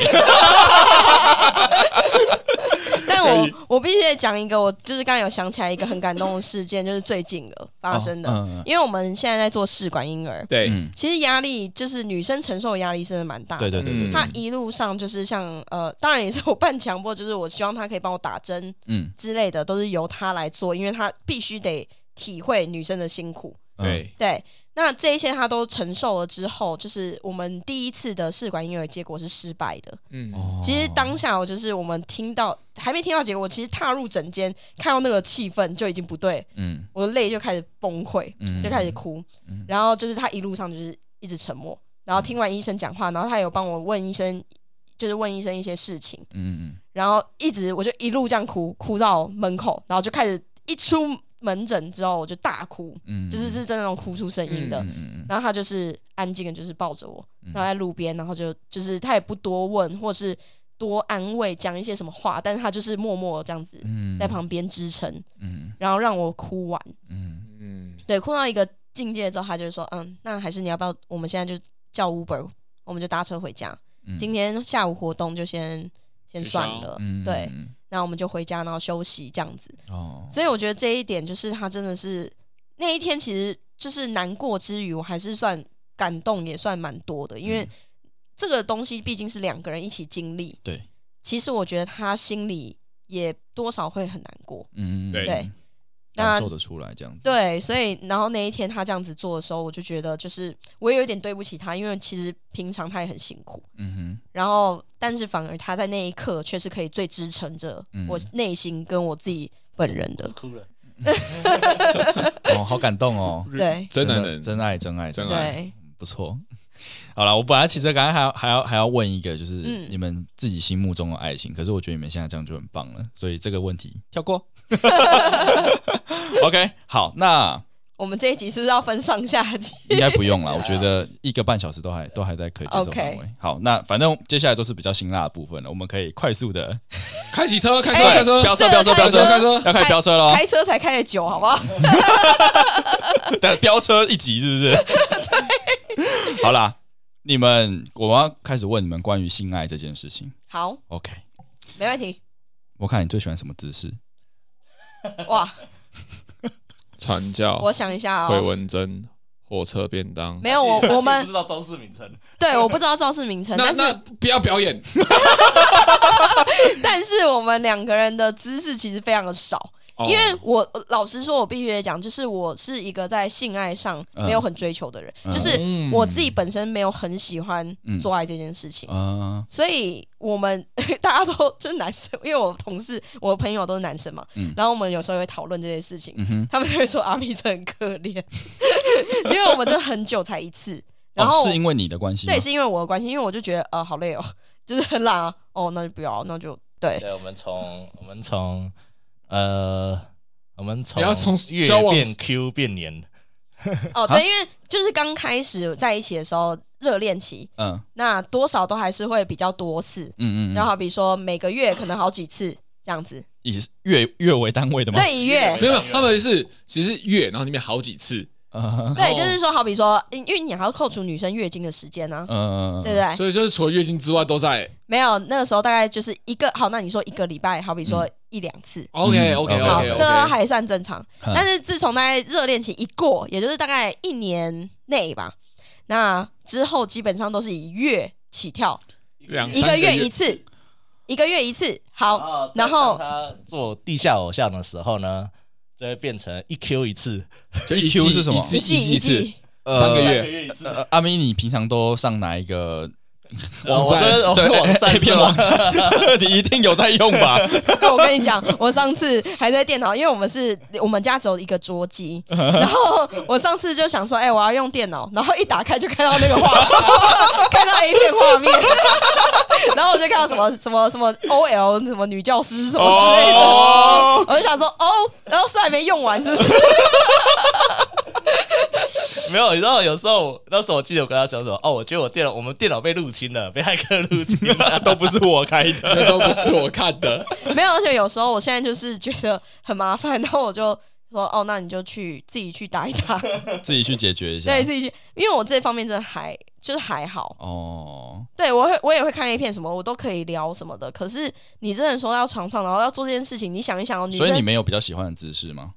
但我我必须得讲一个，我就是刚刚有想起来一个很感动的事件，就是最近的发生的，
嗯嗯
因为我们现在在做试管婴儿，
对，
嗯，
其实压力就是女生承受的压力真的蛮大的
对对对对，
嗯
她一路上就是像呃，当然也是我半强迫，就是我希望她可以帮我打针
嗯
之类的，都是由她来做，因为她必须得体会女生的辛苦。
嗯
对，
对，那这一些她都承受了之后，就是我们第一次的试管婴儿结果是失败的。
嗯，
哦
其实当下我就是我们听到还没听到结果，我其实踏入诊间看到那个气氛就已经不对，
嗯
我的泪就开始崩溃，
嗯
就开始哭
嗯。
然后就是他一路上就是一直沉默，然后听完医生讲话，然后他有帮我问医生，就是问医生一些事情，
嗯
然后一直我就一路这样哭，哭到门口，然后就开始一出门诊之后我就大哭，
嗯
就是是真的那种哭出声音的。
嗯嗯
然后他就是安静的，就是抱着我，
嗯
然后在路边，然后就就是他也不多问，或是多安慰，讲一些什么话，但是他就是默默这样子
嗯
在旁边支撑，
嗯
然后让我哭完，
嗯
嗯，
对，哭到一个境界之后，他就说，嗯，那还是你要不要，我们现在就叫 Uber，我们就搭车回家，
嗯
今天下午活动就先先
取消
算了，
嗯
对，那我们就回家，然后休息这样子。
哦，
所以我觉得这一点就是他真的是那一天，其实就是难过之余，我还是算感动，也算蛮多的，因
嗯
为这个东西毕竟是两个人一起经历。
对，
其实我觉得他心里也多少会很难过。
嗯嗯
对
对，
感
那
受得出来这样子。
对，所以然后那一天他这样子做的时候，我就觉得就是我也有点对不起他，因为其实平常他也很辛苦，
嗯
然后但是反而他在那一刻却是可以最支撑着
嗯
我内心跟我自己本人的。
哭了。
哼，哦，好感动哦，
对
真男
的
人，
真爱，真爱，
真爱
对，
不错。 好了，我本来其实刚才还要还要还要问一个，就是
嗯
你们自己心目中的爱情，可是我觉得你们现在这样就很棒了，所以这个问题跳 过。OK，好，那
我们这一集是不是要分上下集？
应该不用 了，我觉得一个半小时都还都还在可以接受范围。好，那反正接下来都是比较辛辣的部分了，我们可以快速的
开启车，开车，
对
开车，
飙车，
这个
飙车，飙
开
车开车
车，要开始飙车 喽！
开车才开得久，好不好？
但飙车一集是 不是？好啦，你们我要开始问你们关于性爱这件事情。
好，
OK，
没问题。
我看你最喜欢什么姿势？
哇，
传教，
我想一下
回
哦，
文针，火车便当。
没有我我们
不知道招式名称，
对，我不知道肇事名称，
那
但
那
是
不要表演，
但是我们两个人的姿势其实非常的少，
哦
因为我老实说，我必须得讲，就是我是一个在性爱上
嗯
没有很追求的人，
嗯
就是
嗯
我自己本身没有很喜欢
嗯
做爱这件事情，
啊，
所以我们 大家都就是男生，因为我同事、我朋友都是男生嘛，
嗯
然后我们有时候会讨论这些事情，
嗯哼，
他们就会说阿咪真的很可怜， 因为我们真的很久才一次，然后
哦，
我、
是因为你的关系吗，
对，是因为我的关系，因为我就觉得呃好累哦，就是很懒啊，哦那就不要，那就对，
对，我们从我们从呃，我们从
你要从
月
交往
变 Q 变年，
哦
啊
对，因为就是刚开始在一起的时候热恋期，
嗯
那多少都还是会比较多次，
嗯嗯，
然后好比说每个月可能好几次这样子，
以月月为单位的吗？
对，一月。
没有，没有他们是其实月，然后里面好几次，
嗯，
对，就是说，好比说，因因为你还要扣除女生月经的时间呢、
嗯嗯
对不对？
所以就是除了月经之外都在。
没有，那个时候大概就是一个，好，那你说一个礼拜，好比
嗯
说一两次，
OK OK
好
OK
这都
OK，
还算正常。
嗯
但是自从大概热恋期一过，也就是大概一年内吧，那之后基本上都是以月起跳，
两
一
三
个
个
月一次，一个月一次。好，
哦
哦然后
当他做地下偶像的时候呢，就会变成一 Q 一次，
就
一
一
Q
季
是什么
一季
季
一次，
季，
呃
三个月
一次
呃阿咪，你平常都上哪一个
网站
呃我都我网站
A 片网站？你一定有在用吧？
哎我跟你讲，我上次还在电脑，因为我们是我们家只有一个桌机，然后我上次就想说，哎、我要用电脑，然后一打开就看到那个画， 看到 A 片画面， 然后我就看到什么什么什么 OL 什么女教师什么之类的，
哦
我就想说，哦，然后是还没用完，是不是？
没有，你知道有时候那时候我记得我跟他讲说，哦，我觉得我电脑我们电脑被入侵了，被骇客入侵了，
都不是我开的，
那都不是我看的。
没有，而且有时候我现在就是觉得很麻烦，然后我就说，哦，那你就去自己去打一打，
自己去解决一下。
对自己去，因为我这方面真的还就是还好，
哦，
对我会我也会看 A 片什么，我都可以聊什么的。可是你真的说到床上，然后要做这件事情，你想一想哦，女
所以你
生
没有比较喜欢的姿势吗？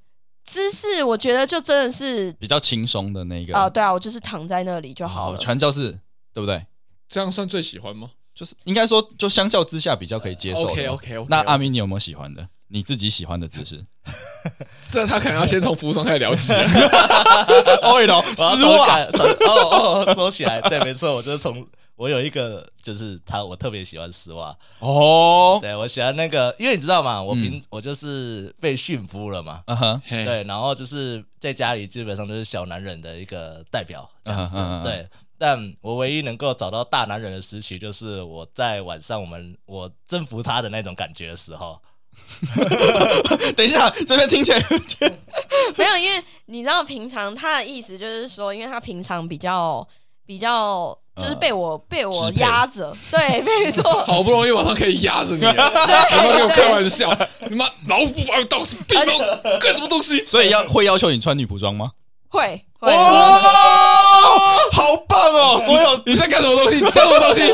姿势，我觉得就真的是
比较轻松的那个
啊、呃对啊，我就是躺在那里就好
好，
了。
传教士对不对？
这样算最喜欢吗
就是应该说，就相较之下比较可以接受的嘛。
？OK OK OK，
那阿咪，你有没有喜欢的？你自己喜欢的姿势？
这他可能要先从服装开始聊 起。
哦喽，
我要
丝
从
袜，
感从哦哦收起来，对，没错，我就是从我有一个就是他，我特别喜欢丝袜，
哦，
对我喜欢那个，因为你知道嘛，我平、我就是被驯服了嘛，
嗯哼，
嘿，
对，然后就是在家里基本上就是小男人的一个代表这样子，
嗯嗯嗯嗯
对。但我唯一能够找到大男人的时期，就是我在晚上我们我征服他的那种感觉的时候，
等一下，这边 听起来有点
没有，因为你知道，平常他的意思就是说，因为他平常比较比较。就是被我、被我
嗯支配
压着，对， 没错，
好不容易晚上可以压着你啊 了，你
对
妈跟我开
对，
玩笑，你妈老哎虎把我当成病 毒，干什么东西？
所以要会要求你穿女仆装吗？
会会
哇，好棒 哦！所有
你在干什么东西？你讲什么东西？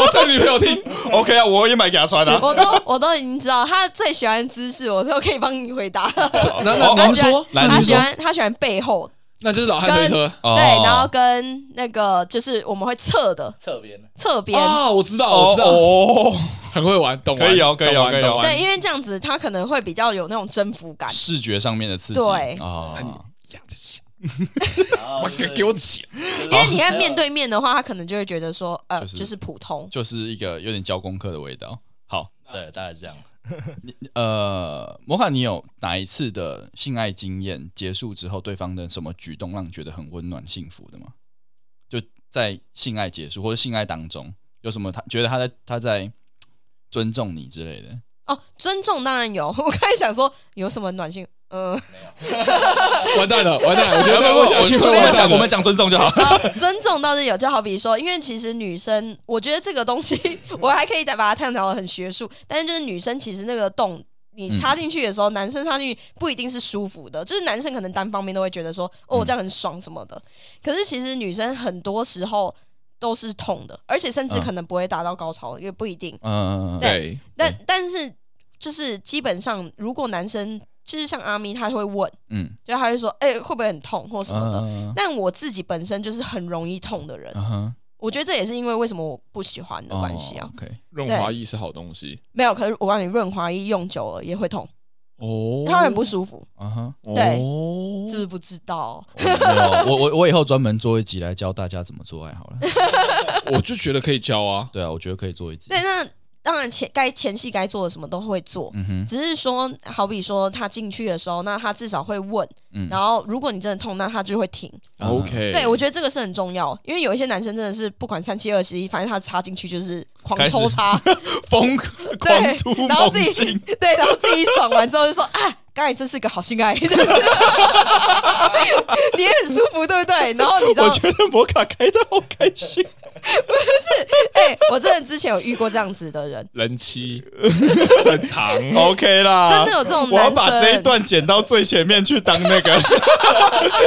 我叫你女朋友听。
OK 啊，我也买给她穿啊。
我都我都已经知道他最喜欢的姿势，我都可以帮你回答。
那
哦
那
他
你
喜欢
说，
来
他
你
喜
说
欢他喜欢背后，
那就是老汉推车
哦
对，然后跟那个就是我们会侧的
侧边
侧边，
啊，我知道，我
哦
知道，
哦，
很会玩，懂玩，
可以哦可以
懂
哦
玩
可以哦
懂玩
对，因为这样子他可能会比较有那种征服感。
视觉上面的刺激，
对
啊，
呀这小
然后
我
就
给
是
给我起，
因为你看面对面的话，他可能就会觉得说，呃，
就是
就是普通。
就是一个有点教功课的味道。好，
对，大概是这样。
呃，摩卡，你有哪一次的性爱经验结束之后，对方的什么举动让你觉得很温暖、幸福的吗？就在性爱结束或者性爱当中，有什么他觉得他在他在尊重你之类的？
哦，尊重当然有。 我刚才想说有什么暖性，嗯、
完蛋了，完蛋了，我觉得再问下去会
我
完
们
蛋
讲
的。
我们讲尊重就好。
啊，尊重倒是有，就好比说，因为其实女生，我觉得这个东西我还可以再把它探讨的很学术，但是就是女生其实那个洞。你
嗯
插进去的时候，男生插进去不一定是舒服的，就是男生可能单方面都会觉得说，
嗯
哦，这样很爽什么的。可是其实女生很多时候都是痛的，而且甚至
嗯
可能不会达到高潮，也不一定。
嗯，
对
对，
但但是就是基本上，如果男生就是像阿咪，他会问，
嗯，
就他会说，哎、会不会很痛或什么的。
嗯
但我自己本身就是很容易痛的人，
嗯哼，
我觉得这也是因为为什么我不喜欢的关系啊。
哦，OK，
润滑液是好东西
没有，可是我告诉你，润滑液用久了也会痛。
哦，
他会很不舒服，
啊哈，
对
哦
是不是不知道？
我没有我我我以后专门做一集来教大家怎么做爱好了。
我就觉得可以教啊。
对啊，我觉得可以做一集。
对，那当然前该前戏该做的什么都会做，
嗯哼，
只是说，好比说他进去的时候，那他至少会问，
嗯
然后如果你真的痛，那他就会停。
啊
OK，
对，我觉得这个是很重要，因为有一些男生真的是不管三七二十一，反正他插进去就是狂
开始
抽插，
疯狂突
然后
猛
自己
进，
对，然后自己爽完之后就说啊，刚才真是个好性爱， 这样子你也很舒服，对不对？然后你知道
我，觉得摩卡开的好开心。
哎、我真的之前有遇过这样子的人，
人妻正常。
OK 啦，
真的有这种男生
我要把这一段剪到最前面去当那个，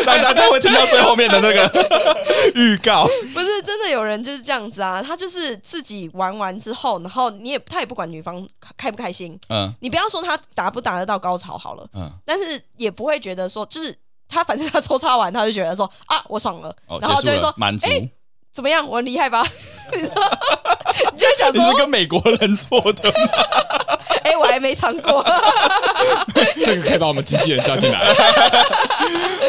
让大家会听到最后面的那个预告。
不是真的有人就是这样子啊，他就是自己玩完之后，然后你也他也不管女方开不开心，
嗯
你不要说他达不达得到高潮好了，
嗯，
但是也不会觉得说，就是他反正他抽插完，他就觉得说啊，我爽了，
哦，
然后
结
就会
束
说
了，满足。
哎怎么样，我很厉害吧？ 你知道你就会想
你是
说，
跟美国人做的吗，
哎、我还没尝过，
这个可以把我们经纪人叫进来。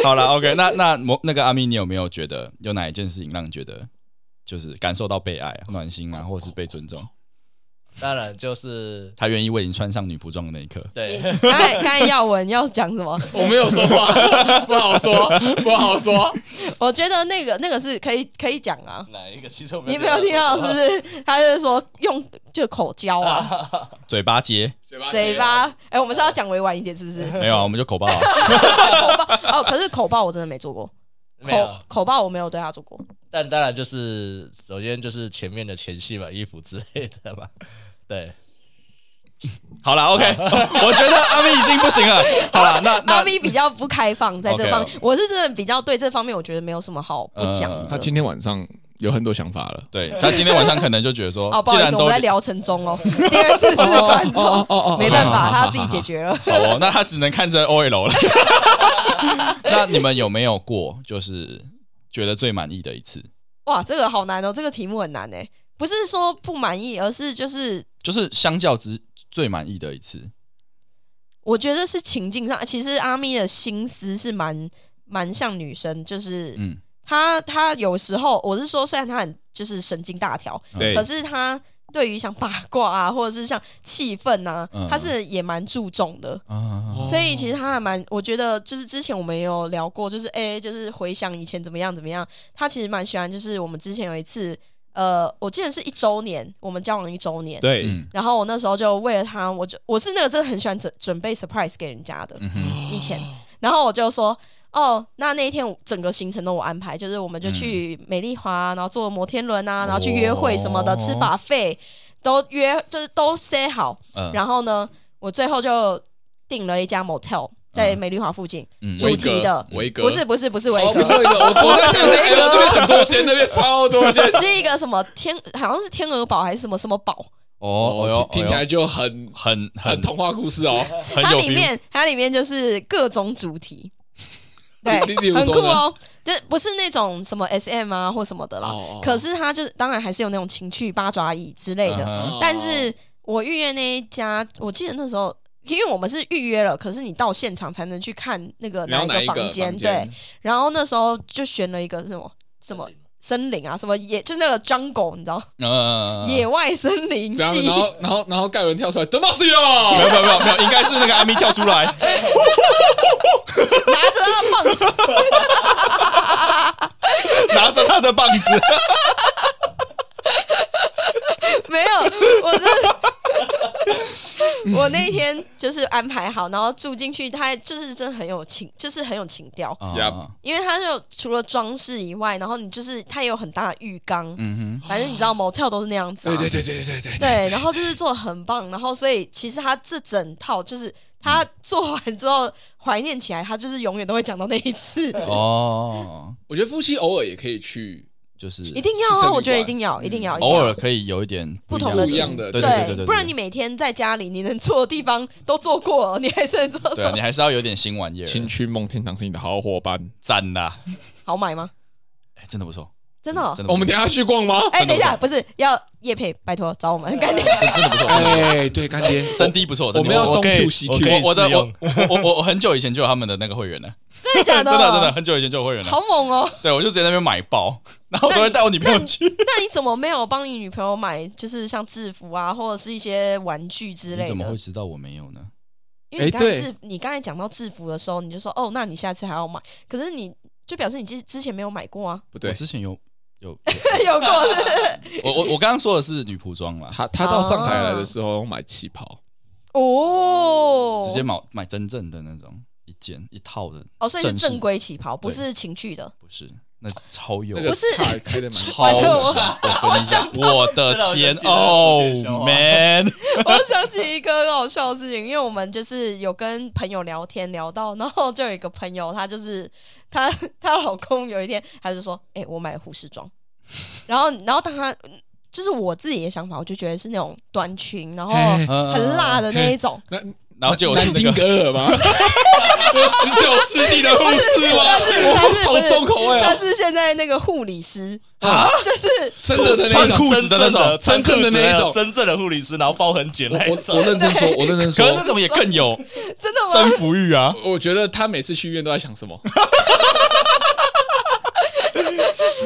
好了，OK，那那摩那个阿咪，你有没有觉得有哪一件事情让你觉得就是感受到被爱、啊、暖心啊，或是被尊重？
当然就是
他愿意为你穿上女仆装的那一刻，
对，
刚才刚才耀文要讲什么？
我没有说话， 不好说，不好说。
我觉得那个那个是可以可以讲啊。
哪一个其实我
你没有听到是不是？他是说用就口交啊，
嘴巴接
嘴巴
嘴巴。哎、我们是要讲委婉一点，是不是？
没有啊，我们就口爆、啊。
哦，可是口爆我真的没做过，
没
口
有，
口爆我没有对他做过。
但当然就是首先就是前面的前戏嘛，衣服之类的嘛，对，
好了，OK，我 觉得阿咪已经不行了。好了，那
阿
那
咪比较不开放在这
OK，
方
好
面，我是真的比较对这方面，我觉得没有什么好不讲
嗯
他
的。
今天晚上有很多想法了。
对他今天晚上可能就觉得说，
哦，不
既
好意
然
思，我
都
们在疗程中哦，第二次是观众，
哦
没办法，他自己解决了。
好哦，那他只能看着 OL 了。 那你们有没有过就是觉得最满意的一次？
哇，这个好难哦，这个题目很难哎，不是说不满意，而是就是
就是相较之最满意的一次，
我觉得是情境上，其实阿咪的心思是蛮蛮像女生，就是
嗯，
她她有时候我是说，虽然她很就是神经大条，
对
可，是她对于像八卦啊，或者是像气氛啊
嗯，
她是也蛮注重的。
哦
啊，
所以其实他还蛮，我觉得就是之前我们也有聊过，就是哎、就是回想以前怎么样怎么样，他其实蛮喜欢，就是我们之前有一次，呃，我记得是一周年，我们交往一周年，
对，
嗯
然后我那时候就为了他，我就我是那个真的很喜欢准准备 surprise 给人家的，
哦
嗯哼，
以前，然后我就说。哦，那那一天我整个行程都我安排，就是我们就去
嗯
美丽华，然后坐摩天轮
哦
啊，然后去约会什么的，
哦
吃把费都约，就是都 say 好，
嗯
然后呢，我最后就订了一家 motel 在
嗯
美丽华附近，
嗯
主题的
维格，
不是不是不是维
哦，不
格，
是维格，我我在想想，哎呦，这边很多钱，那边超多钱。
是一个什么天，好像是天鹅堡还是什么什么堡，
哦，哦哟，
听听起来就很
很
很
很
童话故事哦。
很
它
有
里
feel
面它里面就是各种主题， 对
例例，如
很
说
酷
呢
哦，就是不是那种什么 SM 啊或什么的啦，
哦哦
可是它就是当然还是有那种情趣八爪椅之类
啊哦
的，
嗯哼
但是我预约那一家，我记得那时候。因为我们是预约了，可是你到现场才能去看那个
然后
一
哪
个
一个
间，
房
对。然后那时候就选了一个什么什么森林啊，什么野，就那个 jungle，你知道，
嗯，
野外森林
然后
系
然，后然后然后盖伦跳出来，德玛西
哦没
哟，
有没有没有没有，应该是那个阿咪跳出来，
拿着他的棒子，
拿着他的棒子，
没有，我真的，我那一天就是安排好，然后住进去，他就是真的很有情，就是很有情调，
Yup
啊，
因为他就除了装饰以外，然后你就是他也有很大的浴缸，
嗯
反正你知道 motel 都是那样子、啊，
对对对对对对
对，然后就是做的很棒，然后所以其实他这整套就是
嗯
他做完之后怀念起来，他就是永远都会讲到那一 次，
哼，哦，
我觉得夫妻偶尔也可以去
就是嗯
一定要
是
啊！
成
我觉得
语
一定要，一定要，一定
偶
要
尔可以有一点
不
一样
同的
不一样
情
的
对
对
对对对对，
不然你每天在家里，你能做的地方都做过了，你还是能做
对啊，你还是要有点新玩意
嗯
儿，
情趣梦天堂是你的好伙伴。
赞啦，
好买吗？
哎，真的不错，
真的哦。
真的不错，
我们等一下去逛吗？
哎，等一下，
真的
不是要叶佩，拜托找我们 干爹。
真真的不错，真的不错
哎，对，干爹，
真的不错，
我
真的
们
不
要
错
东
我可以
Q 西
我可
Q，
以
我我的
试用
我我我我很久以前就有他们的那个会员了，
真的假
真
的？哦
的真的很久以前就有会员了
好，猛哦！
对我就直接在那边买包， 然后我都会带我女朋友去，
那你怎么没有帮你女朋友买，就是像制服啊，或者是一些玩具之类的？
知道我没有呢？
因为
哎
你刚才
对
制，你刚才讲到制服的时候，你就说哦，那你下次还要买，可是你就表示你之之前没有买过啊，
不对，
之前有 有，
有过是不是
我我我刚刚说的是女仆装 啦，
啊他他到上海来的时
啊
候买旗袍，
哦，
直接买买真正的那种一件一套的，
哦，所以是
正式
正规旗袍，不
对
是情趣的。
不是那是超有
那个
不是
叉开的蛮
超级，我跟你讲， 我的天哦，man，
我想起一个很好笑的事情，因为我们就是有跟朋友聊天聊到，然后就有一个朋友，她就是她她老公有一天，她就说：“哎、我买了护士装。” 然后，然后当她就是我自己的想法，我就觉得是那种短裙，然后
嘿
很辣，的那一种。
那
然后结果是
南
那
丁
个
格 尔吗？十九世纪的护士吗？
但是不
好
是
重口味
她
啊！
是现在那个护理师，
啊，
就是
真的的那
穿
种，
裤子的那种
真正的那一种
啊真正的护理师，然后包很紧
我
哎那一
我我
种。
认真说，我认真
可
说
是，那种也更 有
真的吗？
征服欲啊，
我觉得他每次去医院都在想什么？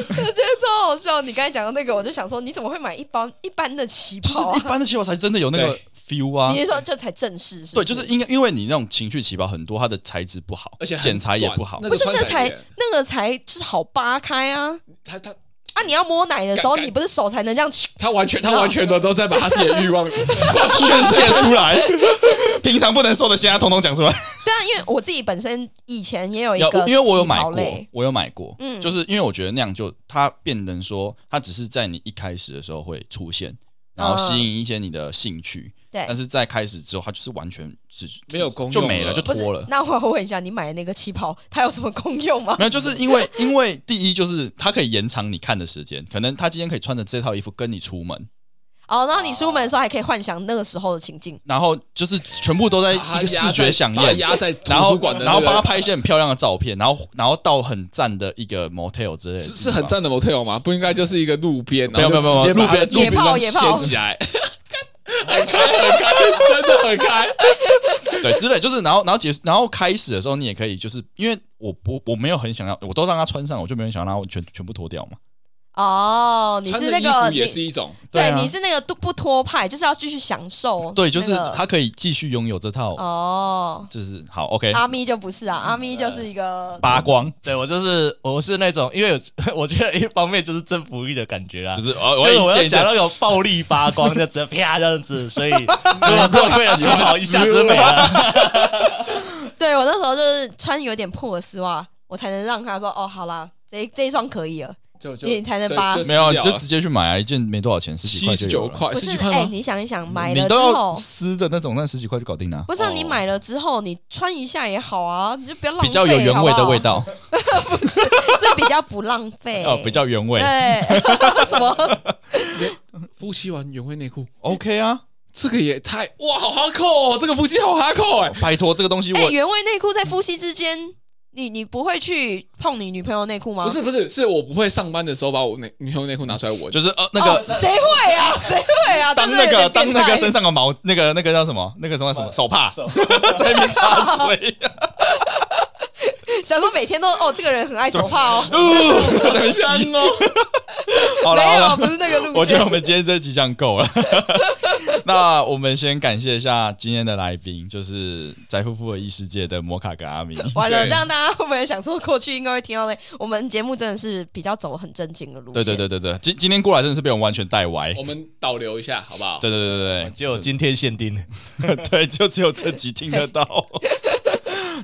我觉得超好笑。你刚才讲到那个，我就想说，你怎么会买一般一般的旗
就是
袍、
一
啊？
般的旗袍才真的有那个 feel 啊
你。是说这才正式是不
对，就是应该，因为你那种情绪旗袍很多，它的材质不好，
而且很
剪裁也
短
不好
那。
不
个
是
穿
那
起来
才
也
那个才就是好扒开啊
他他
啊！你要摸奶的时候，
干干
你不是手才能这样 去？
他完全他完全的都在把他自己的欲望
宣泄出来， 平常不能说的，现在统统讲出 来。
对啊，因为我自己本身以前也有一
有
个，
因为我有买过
类，，
我有买过，
嗯
就是因为我觉得那样就它变成说，它只是在你一开始的时候会出现，然后吸引一些你的兴
嗯
趣，
对
但是在开始之后，它就是完全只
没有功用
就没
了
就
不是
脱了。
那我要问一下，你买的那个旗袍，它有什么功用吗？
没有，就是因为因为第一就是它可以延长你看的时间，可能他今天可以穿着这套衣服跟你出门，
哦，然后你出门的时候还可以幻想那个时候的情境，
然后就是全部都在一
把他
个视
压在
觉响
把他
应，
压在图
然后
书馆的那个，
然后帮他拍一些很漂亮的照片，然后然后到很赞的一个 motel 之类的地
是是
方，
很赞的 motel 吗？不应该就是一个路边，
没有
然后就
没有没有
直接把他的路
边
路
野
边
炮野炮
掀起来， 很开很开，真的很开。
对，之类就是，然后然后结束，然后开始的时候，你也可以就是因为我不我没有很想要，我都让他穿上，我就没有想要让他全全部脱掉嘛。
哦，你
穿
是
的
那
衣
个
服也
你
是一种，
对
对，
啊
你是那个都不脱派，就是要继续享受那个。
对，就是他可以继续拥有这套，
哦，
就是好 OK，
阿咪就不是啊，阿咪就是一个
扒光
对我就是我是那种，因为 我觉得一方面就是征服欲的感觉啦，
就
就是
是哦，
我
我
要
见一
想
下
到，有暴力扒光， 就直接啪这样子， 所以如果过贵的穿好一下子没 了，
对我那时候就是穿有点破的丝袜，我才能让他说哦，好啦，这这一双可以了。
就就
你才能
对
扒
就
没有
撕掉
就
了
直接去买啊，一件没多少钱，十几
七
块
十
就有
九
了，
块，
不
十
是
几，块
哎、
吗？
你想一想，买
你
了之
都要哦
后，
撕的那种，那十几块就搞定了、
不是、啊、你买了之后，你穿一下也好啊，你就不要浪费，
比较有原味的味
好
道
不 好，是比较不浪费
哦，比较原味
对， 什 么？
夫妻玩原味内裤，
，OK 啊，
这个也太哇，好哈扣哦！这个夫妻好哈扣哎，
拜托这个东西我
哎、原味内裤在夫妻之间，你你不会去碰你女朋友内裤吗？
不是不是，是我不会上班的时候把我内女朋友内裤拿出来闻，就
就是呃那个
哦谁、会啊？ 谁会啊？
当
真的
那
有
个
点
当
变态
那个身上的毛，那个那个叫什么？那个什么什么手帕，在那边 擦嘴，
想说每天都哦，这个人很爱手帕哦，
很香哦。
好了
没
好
有，
了，
不是那个路线。
我觉得我们今天这集讲够了。 那我们先感谢一下今天的来宾，就是宅夫妇的异世界的摩卡跟阿米。
完了，
对
这样大家会不会想说过去应该会听到嘞？我们节目真的是比较走很正经的路
对
线。
对对对对，今今天过来真的是被我们完全带歪。
我
对
们导流一下好不好？
对对对
就今天限定。
对对，就只有这集听得到。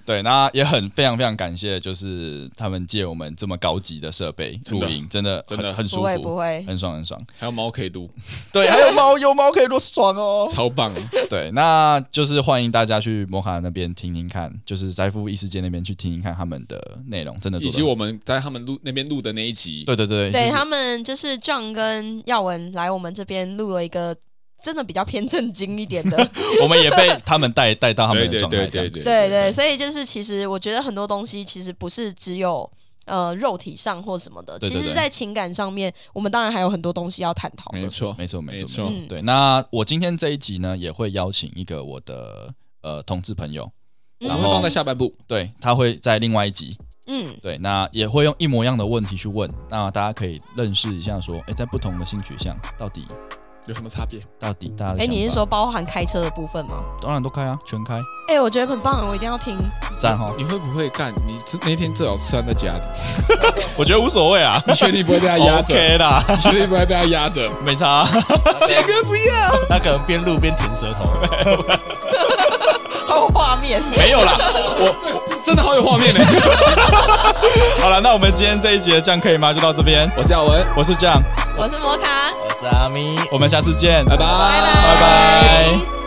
对，那也很非常非常感谢，就是他们借我们这么高级的设备
真
录
的
音，真的
真的
很很舒服，
不会不会
很爽很爽。
还有猫可以撸，
对，还有猫，有猫可以多爽哦。
超 棒！
对，那就是欢迎大家去摩卡那边听听看，就是宅夫异世界那边去听听看他们的内容，真的做
以
得
及我们在他们录那边录的那一集，
对对对
对
就是
他们就是 John 跟耀文来我们这边录了一个真的比较偏正经一 点的，
我们也被他们带带到他们
对
的
对
状态
对
这样，
对对
对对，所以就是其实我觉得很多东西其实不是只有呃肉体上或什么的。
对对
其实，
对
在情感上面，我们当然还有很多东西要探讨
没
的。
错，
没错，没
没
错，
错
没错。对，那我今天这一集呢，也会邀请一个我的呃同志朋友，
我
然
们
后
会放在下半部。
对他会在另外一集，
嗯，
对，那也会用一模一样的问题去问，那大家可以认识一下说，哎，在不同的性取向到底
有什么差别？，
到底大家的
哎，你是
想
说包含开车的部分吗？
法当然都开啊，全开，
哎，我觉得很棒，我一定要听。
赞哈
你会不会干？你这那天最好吃饭在 家里，
我觉得无所谓啊啦
你确定不会被他压着？
，OK 啦，
你确定不会被他压着？
没差，啊
杰哥不要，
他可能边录边舔舌 头。
好有画 面，
没有啦，
这真的好有画面呢。
好了，那我们今天这一集的这样可以吗？就到这边，
我是耀文，
我是这样，
我是摩卡，
我是阿咪，
我们下次见，
拜拜，拜
拜
拜拜
拜。